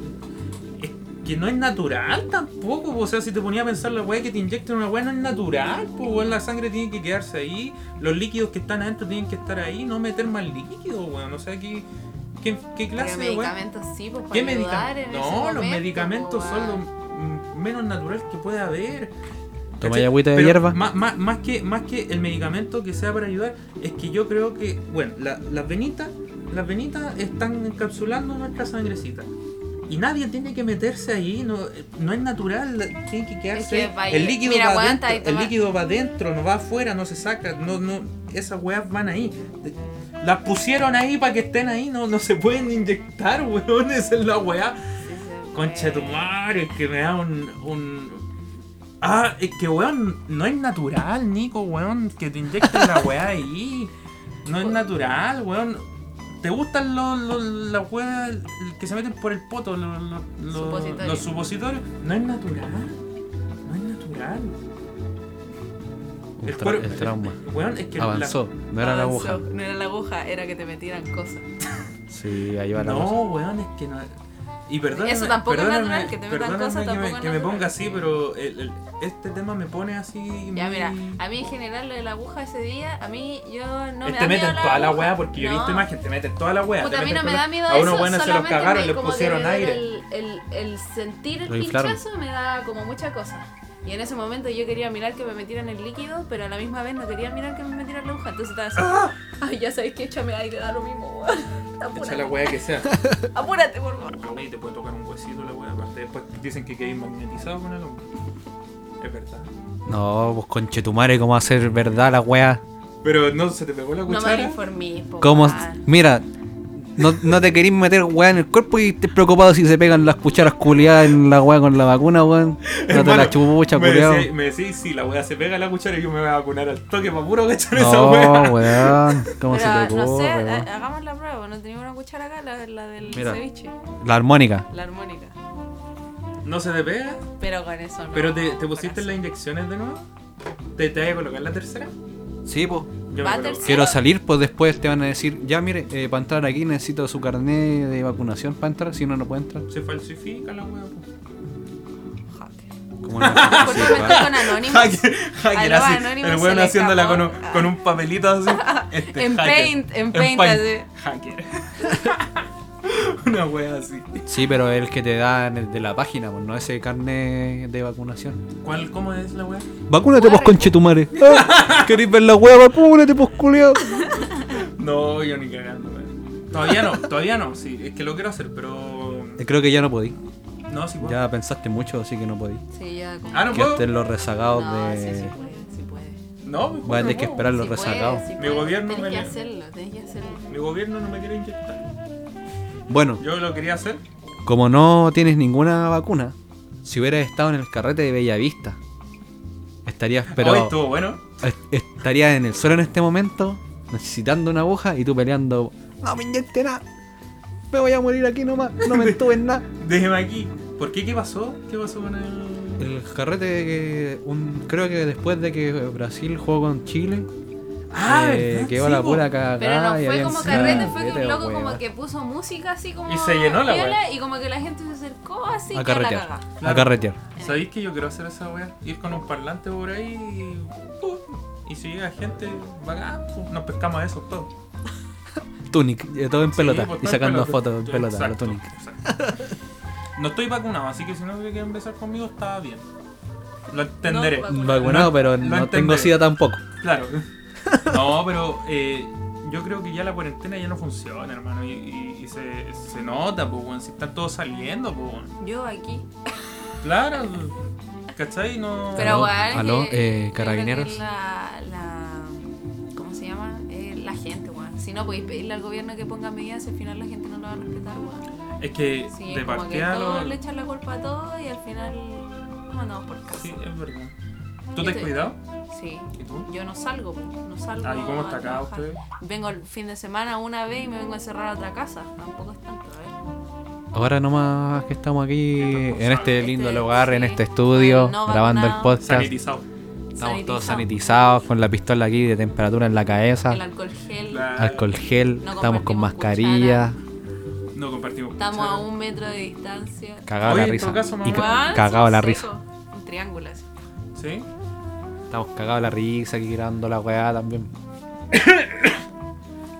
es que no es natural tampoco. po. O sea, si te ponía a pensar la weá que te inyecten una weá, no es natural. Pues weón, la sangre tiene que quedarse ahí. Los líquidos que están adentro tienen que estar ahí. No meter más líquidos, weón. O sea, ¿qué, qué, qué clase
Pero
de weá?
medicamentos sí, pues para
¿Qué
ayudar
medicamentos?
en
No,
ese
los
momento,
medicamentos
pues,
son lo
weón.
m- menos natural que puede haber.
Toma
¿Cachai?
agüita de
Pero
hierba.
Más, más- más que, más que el medicamento que sea para ayudar, es que yo creo que, bueno, la- las venitas las venitas están encapsulando nuestra sangrecita. Y nadie tiene que meterse ahí, no, no es natural, la- tiene que quedarse.
Es que va ahí.
el líquido
Mira,
va
aguanta
adentro,
y
el
toma.
líquido va adentro, no va afuera, no se saca, no, no, esas weas van ahí. De- Las pusieron ahí para que estén ahí, no, no se pueden inyectar, (laughs) weón, esa es la wea.
Sí, se
Concha de tu
puede.
madre, que me da un, un- Ah, es que weón, no es natural, Nico, weón, que te inyecten la weá ahí. No es natural, weón. ¿Te gustan los, los, las weas que se meten por el poto, los, los, los-
Supositorios.
los supositorios? No es natural. No es natural.
El,
El
tra-
cuerpo-
el trauma.
Weón, es que la-
Avanzó, no era la
Avanzó.
aguja.
No era la aguja, era que te metieran cosas.
Sí, ahí va la aguja.
No, weón, es que no. Y perdóname,
Eso tampoco es
perdóname-
natural, que te metan
perdóname
cosas
que
tampoco
me,
es
que me ponga
natural.
así, pero el- el- este tema me pone así.
Ya,
muy-
mira, a mí en general lo de la aguja ese día, a mí yo no me
Eh, te
da miedo.
meten toda la
aguja.
weá, porque yo he visto
No.
imagen, te meten toda la weá.
Puta,
te
a mí
meten
no me
toda-
da miedo
A uno
eso,
bueno se los
solamente
cagaron,
me-
les
como que
pusieron
me duele
aire.
El, el, el sentir el
Lo inflaron.
pinchazo me da como mucha cosa. Y en ese momento yo quería mirar que me metieran el líquido, pero a la misma vez no quería mirar que me metieran la aguja. Entonces estaba así, ay, ya sabéis que échame aire, da lo mismo, weón.
¡Ah! Echa la
Apúrate,
weá que sea.
(laughs) apúrate, por favor.
Ahí te puede tocar un huesito la weá, aparte después dicen que quedáis magnetizado con el hombre. Es verdad.
No, pues conchetumare, ¿cómo hacer verdad la wea?
Pero no se te pegó la
No me
cuchara. (laughs)
informí, po,
¿Cómo?
Ah.
weón.
Mira, no, no te querís meter wea en el cuerpo y estés preocupado si se pegan las cucharas culiadas en la wea con la vacuna, weón. No te
Hermano,
la chupucha,
me
culiado.
decís, me decís, si la weá se pega la cuchara, yo me voy a vacunar al toque para puro
(laughs)
cachar esa weá. (laughs)
No, weón. ¿Cómo se te
Pero
ocurre,
no sé, eh, ha-
weón?
hagamos la prueba, no teníamos una cuchara acá, la, la del
Mira.
ceviche,
La armónica.
la armónica.
No se te pega.
Pero con eso no.
¿Pero te, te
con
pusiste
eso.
las inyecciones de nuevo? ¿Te, te vas a colocar la tercera?
Sí, pues.
Yo me
¿Va a
coloco-
tercera?
Quiero salir, pues después te van a decir, ya mire, eh, para entrar aquí necesito su carnet de vacunación para entrar, si no, no puede entrar.
Se falsifica la hueá. po.
Hacker. (laughs)
Como no?
Ah,
Porque me estoy con Anonymous.
Hacker, hacker
Aló,
así,
Anonymous,
el
se
weón
le
haciéndola con un,
escapó.
con un papelito así. Este,
(laughs) En
hacker.
Paint, en Paint,
Hacker. (laughs) Una wea así.
(laughs) Sí, pero el que te dan el de la página, pues no ese carnet de vacunación.
¿Cuál, ¿Cómo es la wea?
Vacúnate, pues conchetumare. Ah, ¿Queréis ver la hueva? Vacúnate, pues culiao.
No, yo ni cagando, weón. Todavía no, todavía no, sí. Es que lo quiero hacer, pero.
Eh, Creo que ya no podí.
No, sí puedo.
Ya pensaste mucho, así que no podí.
Sí, ya como.
Ah, no puedo.
Quedaste en los rezagados
No, sí, sí
de.
puede, sí puede.
No, mejor
Voy a
no
tener que
puedo.
esperar los
Sí
rezagados.
puede, sí
Mi
puede.
gobierno me
Tenés que
le-
hacerlo, tenés que hacerlo.
Mi gobierno no me quiere inyectar.
Bueno,
Yo lo quería hacer.
como no tienes ninguna vacuna, si hubieras estado en el carrete de Bellavista, estarías pero.
Hoy estuvo bueno.
est- estarías en el suelo en este momento, necesitando una aguja y tú peleando. No me inyecte nada. Me voy a morir aquí nomás. No (laughs) me entuben nada.
Déjeme aquí. ¿Por qué? ¿Qué pasó? ¿Qué pasó con el.?
El carrete que un, creo que después de que Brasil jugó con Chile,
Ah,
eh,
Ah, ¿verdad?
quedó
Sí, pues.
la
po.
pura cagada.
Pero no
y
fue
habían
como
sido
carrete, fue que
siete
un loco como
huevas.
que puso música así como.
Y se llenó la
piola,
wea.
Y como que la gente se acercó así que
a
la
carretear.
caga.
A carretear.
Eh.
¿Sabéis que yo quiero hacer esa wea? Ir con un parlante por ahí y. ¡pum! Y si llega gente, bacán, pues, nos pescamos a esos todos.
Tunic, eh, todo en pelota.
Sí, pues,
y
todo
sacando
pelota.
fotos en pelota, la
Exacto,
Tunic.
exacto. No estoy vacunado, así que si no quieren empezar conmigo, está bien. Lo entenderé.
No, Vacunado.
Vacunado, pero
Lo
no
entenderé.
tengo sida tampoco.
Claro. (laughs) No, pero eh, yo creo que ya la cuarentena ya no funciona, hermano. Y, y- y se, se nota, pues, weón. Si están todos saliendo, pues, weón.
Yo aquí.
Claro. ¿Cachai? No.
Pero
Aló,
igual.
aló,
es que-
eh,
yo creo que
carabineros.
La, la, ¿Cómo se llama? Eh, la gente, weón. Si no podéis pedirle al gobierno que ponga medidas, al final la gente no lo va a respetar, weón.
Es que
Sí,
de
como que
partida
todos
lo-
le echan la culpa a todos y al final nos mandamos por casa.
Sí,
Sí.
es verdad. ¿Tú
Yo
te has
te-
cuidado? ¿Y tú?
Yo no salgo, pues, no salgo.
Ah, ¿y cómo está
a
acá
trabajar.
usted?
Vengo el fin de semana una vez y me vengo a encerrar a otra casa. Tampoco es tanto, ¿eh?
Ahora nomás que estamos aquí en este lindo
Este,
lugar, en
sí,
este estudio,
no
grabando el
vacunado.
podcast.
Sanitizado.
Estamos todos
Sanitizado.
sanitizados, con la pistola aquí de temperatura en la cabeza,
El alcohol gel.
La-
alcohol gel,
No
estamos con
compartimos
mascarilla,
No compartimos.
Estamos
cuchara.
a un metro de distancia.
cagado
Oye,
la
en
risa.
todo caso,
Y
mamá.
ca-
Weón,
cagado
son
la risa.
secos. En triángulos.
¿Sí?
pues.
Estamos cagados la risa aquí grabando la weá (coughs) también.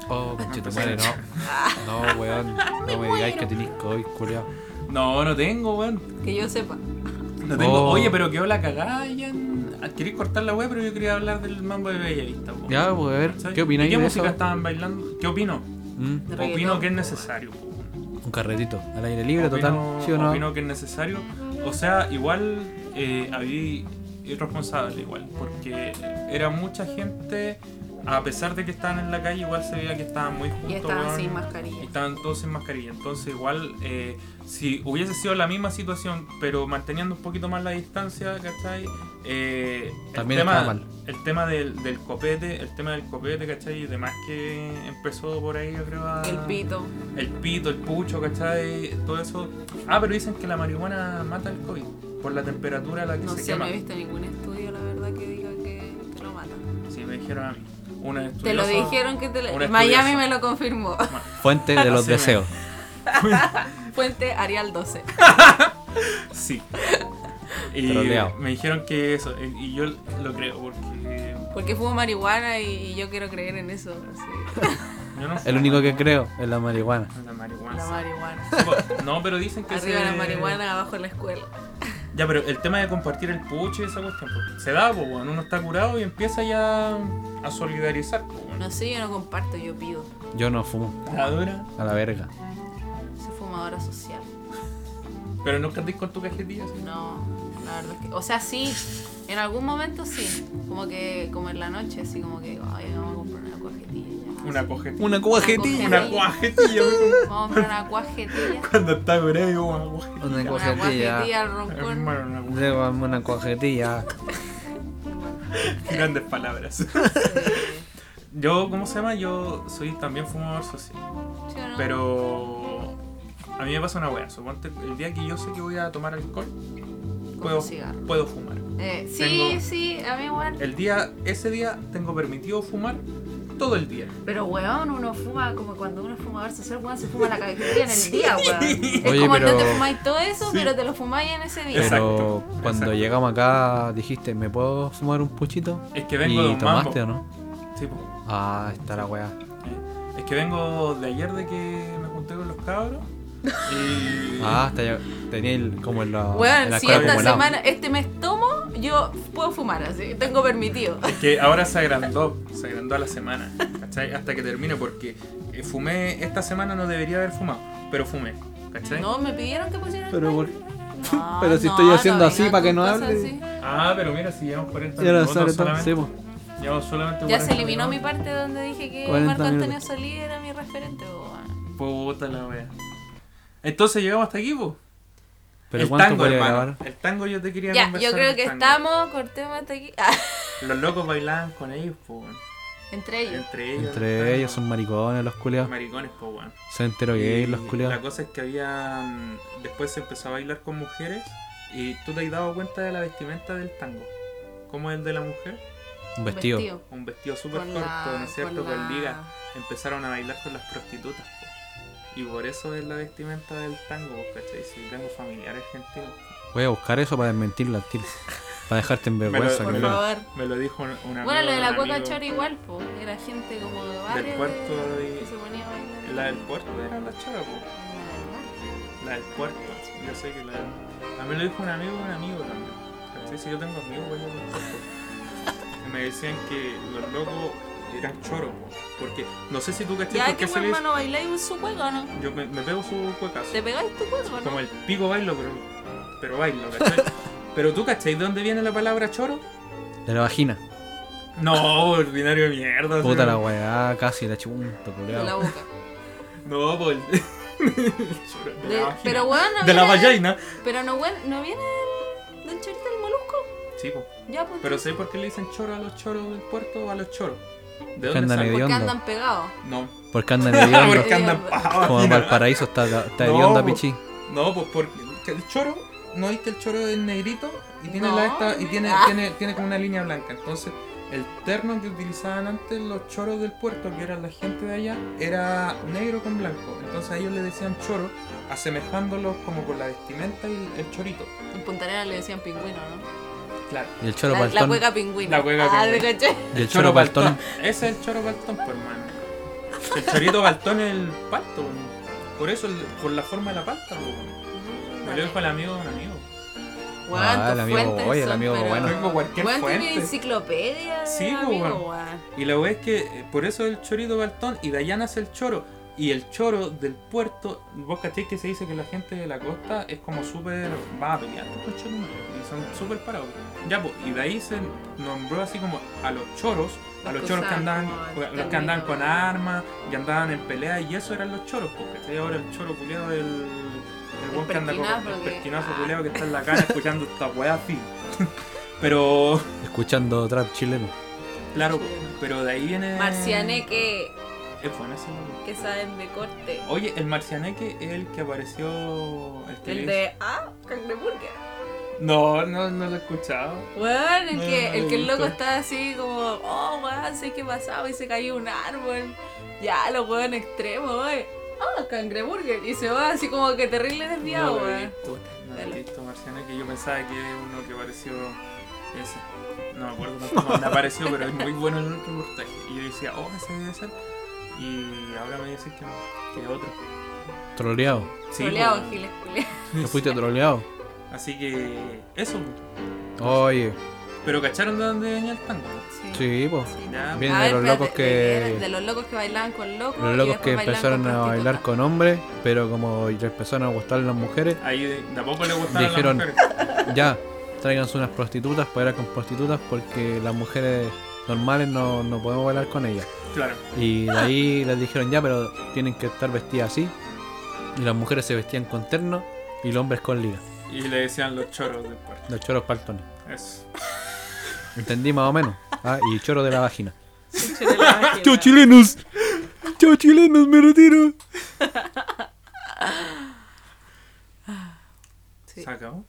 Oh, conchetumare, no. No, weón. No me digáis que tenéis COVID, culiao.
No, no tengo, weón.
Que yo sepa.
No tengo.
Oh.
Oye, pero quedó la cagada ya. en- Queréis cortar la web, pero yo quería hablar del mambo de Bellavista. po.
Ya, pues a ver,
¿Cachai?
¿qué
¿Y
opináis
¿Qué
de
música
eso?
estaban bailando? ¿Qué opino?
Mm.
De
Opino
reggaetón.
que es necesario. po.
Un carretito al aire libre, total. ¿Sí o no?
opino que es necesario. O sea, igual eh, había irresponsable, igual, porque era mucha gente, a pesar de que estaban en la calle, igual se veía que estaban muy juntos.
Y estaban
weón,
sin
y
mascarilla.
estaban todos sin mascarilla. Entonces, igual, eh, si hubiese sido la misma situación, pero manteniendo un poquito más la distancia, ¿cachai? Eh,
También
el tema,
estaba mal.
El tema del, del copete, el tema del copete, ¿cachai? Y demás que empezó por ahí, yo creo, a-
El pito.
el pito, el pucho, ¿cachai? Todo eso. Ah, pero dicen que la marihuana mata el COVID por la temperatura a la que
No
se
sé, no
quema.
he visto ningún estudio, la verdad, que diga que te lo mata.
Sí, me dijeron a mí. Una
Te lo dijeron que te lo...
un
Miami
estudioso.
me lo confirmó. (laughs)
Fuente de
(laughs)
los
Sí, me-
deseos.
Fuente Arial 12. (laughs)
Sí. Y
Troleado.
me dijeron que eso. y- Y yo lo creo porque.
Porque fumo marihuana y, y yo quiero creer en eso. así.
Yo no sé,
El único que
¿no?
creo es la marihuana.
La marihuana.
La marihuana.
Ah, sí. No, pero dicen que
Arriba
se-
la marihuana, abajo la escuela.
Ya, pero el tema de compartir el pucho y esa cuestión, pues, se da, pues, bueno, uno está curado y empieza ya a solidarizar, pues, bueno.
No sé, yo no comparto, yo pido.
Yo no fumo.
La dura.
A la verga.
Soy fumadora social.
Pero no cantéis con tu cajetilla, ¿sí?
No, la verdad es que. O sea, sí, en algún momento sí. Como que, como en la noche, así como que, ay, vamos a comprar una cuajetilla. ya".
Una cojetilla.
Una
cuajetilla.
Una cuajetilla. weón.
Vamos a comprar una cuajetilla.
Cuando está curado, yo una cuajetilla.
Una
Una
cuajetilla.
cuajetilla al roncón.
Hermano, una cua-
Llévame una cuajetilla.
Grandes palabras. (laughs) Yo, ¿cómo se llama? Yo soy también fumador social.
Sí, ¿o no?
Pero a mí me pasa una wea. Suponte el día que yo sé que voy a tomar alcohol,
Con
puedo,
un cigarro.
puedo fumar.
Eh, sí,
Tengo-
sí, a mí igual.
El día, ese día tengo permitido fumar todo el día.
Pero, weón, uno fuma como cuando uno es fumador social, weón, se fuma la cajetilla en el día, weón. Es
Oye,
como no
pero-
te fumáis todo eso,
Sí.
pero te lo fumáis en ese día.
Pero
Exacto,
cuando
exacto.
llegamos acá dijiste, ¿me puedo fumar un puchito?
Es que vengo de
¿Y
un
tomaste o
mambo.
no?
Sí, po.
Ah, está la weá.
Eh, Es que vengo de ayer de que me junté con los cabros.
(laughs)
Y...
Ah, está ya- tenía el- como en la. en
Weón,
la
si
cola
esta
acumulado.
semana, este mes tomo, yo puedo fumar, así, tengo permitido.
Que ahora se agrandó, se agrandó a la semana, ¿cachai? Hasta que termine, porque eh, fumé, esta semana no debería haber fumado, pero fumé, ¿cachai?
No, me pidieron que pusiera el
Pero
timer.
por-
No,
(laughs) pero si
no,
estoy haciendo
no,
así
no,
para que
tú
no
cosas
hable.
así.
Ah, pero mira, si llevamos 40
Y ahora
minutos
sale todo.
solamente.
Sí, po.
Llevamos solamente
Ya
40
se eliminó mi
minutos.
parte donde dije que
40
Marco Antonio
minutos.
Solí era mi referente, weón.
Puta la wea. Entonces llegamos hasta aquí, po.
Pero
el
¿cuánto
tango,
podía
hermano.
grabar?
El tango yo te quería
Ya,
conversar
yo creo
del
que
tango.
estamos, cortemos hasta aquí. (laughs)
Los locos bailaban con ellos, po. weón.
entre ellos.
Entre ellos.
Entre ellos son maricones los
los
culiados.
maricones, po, weón.
Se enteró gay los
Y La
culiados.
cosa es que había. mm, Después se empezó a bailar con mujeres. Y tú te has dado cuenta de la vestimenta del tango. ¿Cómo es el de la mujer?
Un vestido.
Un vestido súper
Con
corto,
la,
¿no es cierto? Con,
la-
liga. Empezaron a bailar con las prostitutas. po. Y por eso es la vestimenta del tango, po, ¿cachai? Si tengo familiares argentinos.
Voy a buscar eso para desmentirla al tiro. Para dejarte (laughs) en vergüenza,
Pero-
Por
Con
culiao.
la-
favor.
Me lo dijo un amigo.
Bueno, lo de la
un
cueca
amigo.
chora igual, po. Era gente como de barrio. que-
puerto de-
que se ponía a bailar.
La del puerto era la chora, po.
La
La del puerto. Yo sé que la. A mí lo dijo un amigo, un amigo también. ¿Cachai? Si yo tengo amigos, voy a los puertos. Y me decían que los locos eran choros, po. Porque no sé si tú
verdad.
cachai
Ya
por
que
qué
mi
se le dice-
hermano bailáis su cueca, ¿no?
Yo me, me pego su cuecazo.
¿Te pegáis tu cueca, no?
Como el pico bailo, pero, pero bailo, ¿cachai? pero tú cachai, ¿de dónde viene la palabra choro?
De la vagina.
No, ordinario de mierda.
Puta
sí.
la weá, casi la chunto,
De la
culiao.
boca.
No, por. el- (laughs) choro de
De-
la vagina.
pero bueno, no
De la
viene-
vagina.
Pero no, buen- no viene del, del chorito del molusco.
Sí, po.
Ya, pues.
Pero
entonces,
¿sabes por qué le dicen choro a los choros del puerto o a los choros? ¿De
Que andan
dónde salen?
hediondo.
porque andan pegados.
No.
Porque andan
Ah,
(laughs)
hediondo.
porque andan pa'
Como
vagina.
Valparaíso está, está
No,
hedionda,
po.
pichí.
No, pues porque el choro, ¿no viste el choro es negrito? Y tiene
No,
la esta, y tiene,
mira.
tiene, tiene como una línea blanca. Entonces, el terno que utilizaban antes los choros del puerto, que eran la gente de allá, era negro con blanco. Entonces a ellos le decían choro, asemejándolos como con la vestimenta y el, el chorito.
En Punta Arenas le decían pingüino, ¿no?
Claro.
Y el choro
la, la
paltón.
cueca pingüina.
La cueca
ah,
pingüina.
¿te caché?
Y el choro paltón.
Ese es el choro baltón, pues hermano. El chorito baltón es el palto. weón. Por eso, el- por la forma de la palta, weón. Me lo dijo el amigo de un amigo.
Weón,
Ah,
tus
el amigo
fuentes
Godoy, el
son,
amigo
pero-
bueno.
Tengo cualquier
Weón, tiene
fuente.
enciclopedia. de
Sí, pues,
amigo,
weón.
weón.
Y la wea es que eh, por eso el chorito baltón y de allá nace el choro. Y el choro del puerto, vos caché que se dice que la gente de la costa es como súper. va a pelear con los choros, y son súper parados. Ya, pues, y de ahí se nombró así como a los choros, a
Los
los choros que
cosanos,
andaban,
como el
los que andaban con
término.
armas y andaban en pelea, y eso eran los choros, porque ¿cachai? Ahora el choro culiado del. el
El
weón que anda con
pertinazo
el
que-
pertinazo
ah.
culiado que está en la cara escuchando esta weá así. (laughs) Pero.
Escuchando trap chileno.
Claro,
Sí.
pero de ahí viene.
Marcianeque,
Es bueno ese nombre.
que saben de corte.
Oye, el marcianeque es el que apareció. El, que le-
El de. Ah, cangreburger.
No, no, no lo he escuchado.
Weón, el
No,
que,
no lo
el,
he
que el loco
visto.
está así como, oh weón, sé qué pasaba y se cayó un árbol. Ya, los weón extremos, weón. Ah, cangreburger. Y se va así como que terrible desviado,
no lo he
weón.
visto. No lo he
Dale.
visto, marcianeque. Yo pensaba que era uno que apareció. Ese. No me acuerdo tanto dónde apareció, pero es muy bueno en el reportaje. Y yo decía, oh, ese debe ser. Y ahora me dices que no, que es otro.
Troleado.
Sí,
Culeado,
pues,
Giles, culeado.
¿No fuiste troleado?
Así que. Eso. pues.
Oye,
Pero cacharon de dónde venía el tango. ¿no?
sí, pues.
Ya,
Viene
A
de
ver,
los locos
espérate,
que-
De los locos que bailaban con locos.
Los
y
locos
después
que
bailaban
empezaron
pues con
a
(laughs)
bailar
prostitutas.
con hombres, pero como les empezaron a gustar las mujeres,
Ahí de, de a poco le gustaban
Dijeron-
las mujeres.
ya, tráiganse unas prostitutas para bailar con prostitutas porque las mujeres normales no, no podemos bailar con ellas.
Claro.
Y de ahí les dijeron ya, pero tienen que estar vestidas así. Y las mujeres se vestían con terno y los hombres con liga.
Y le decían los choros del puerto.
Los choros paltones.
Eso.
Entendí más o menos. Ah, y choro de la vagina.
Chucho
(laughs)
de la máquina.
chilenos! ¡Chao chilenos, me retiro!
Sí.
¿Se acabó?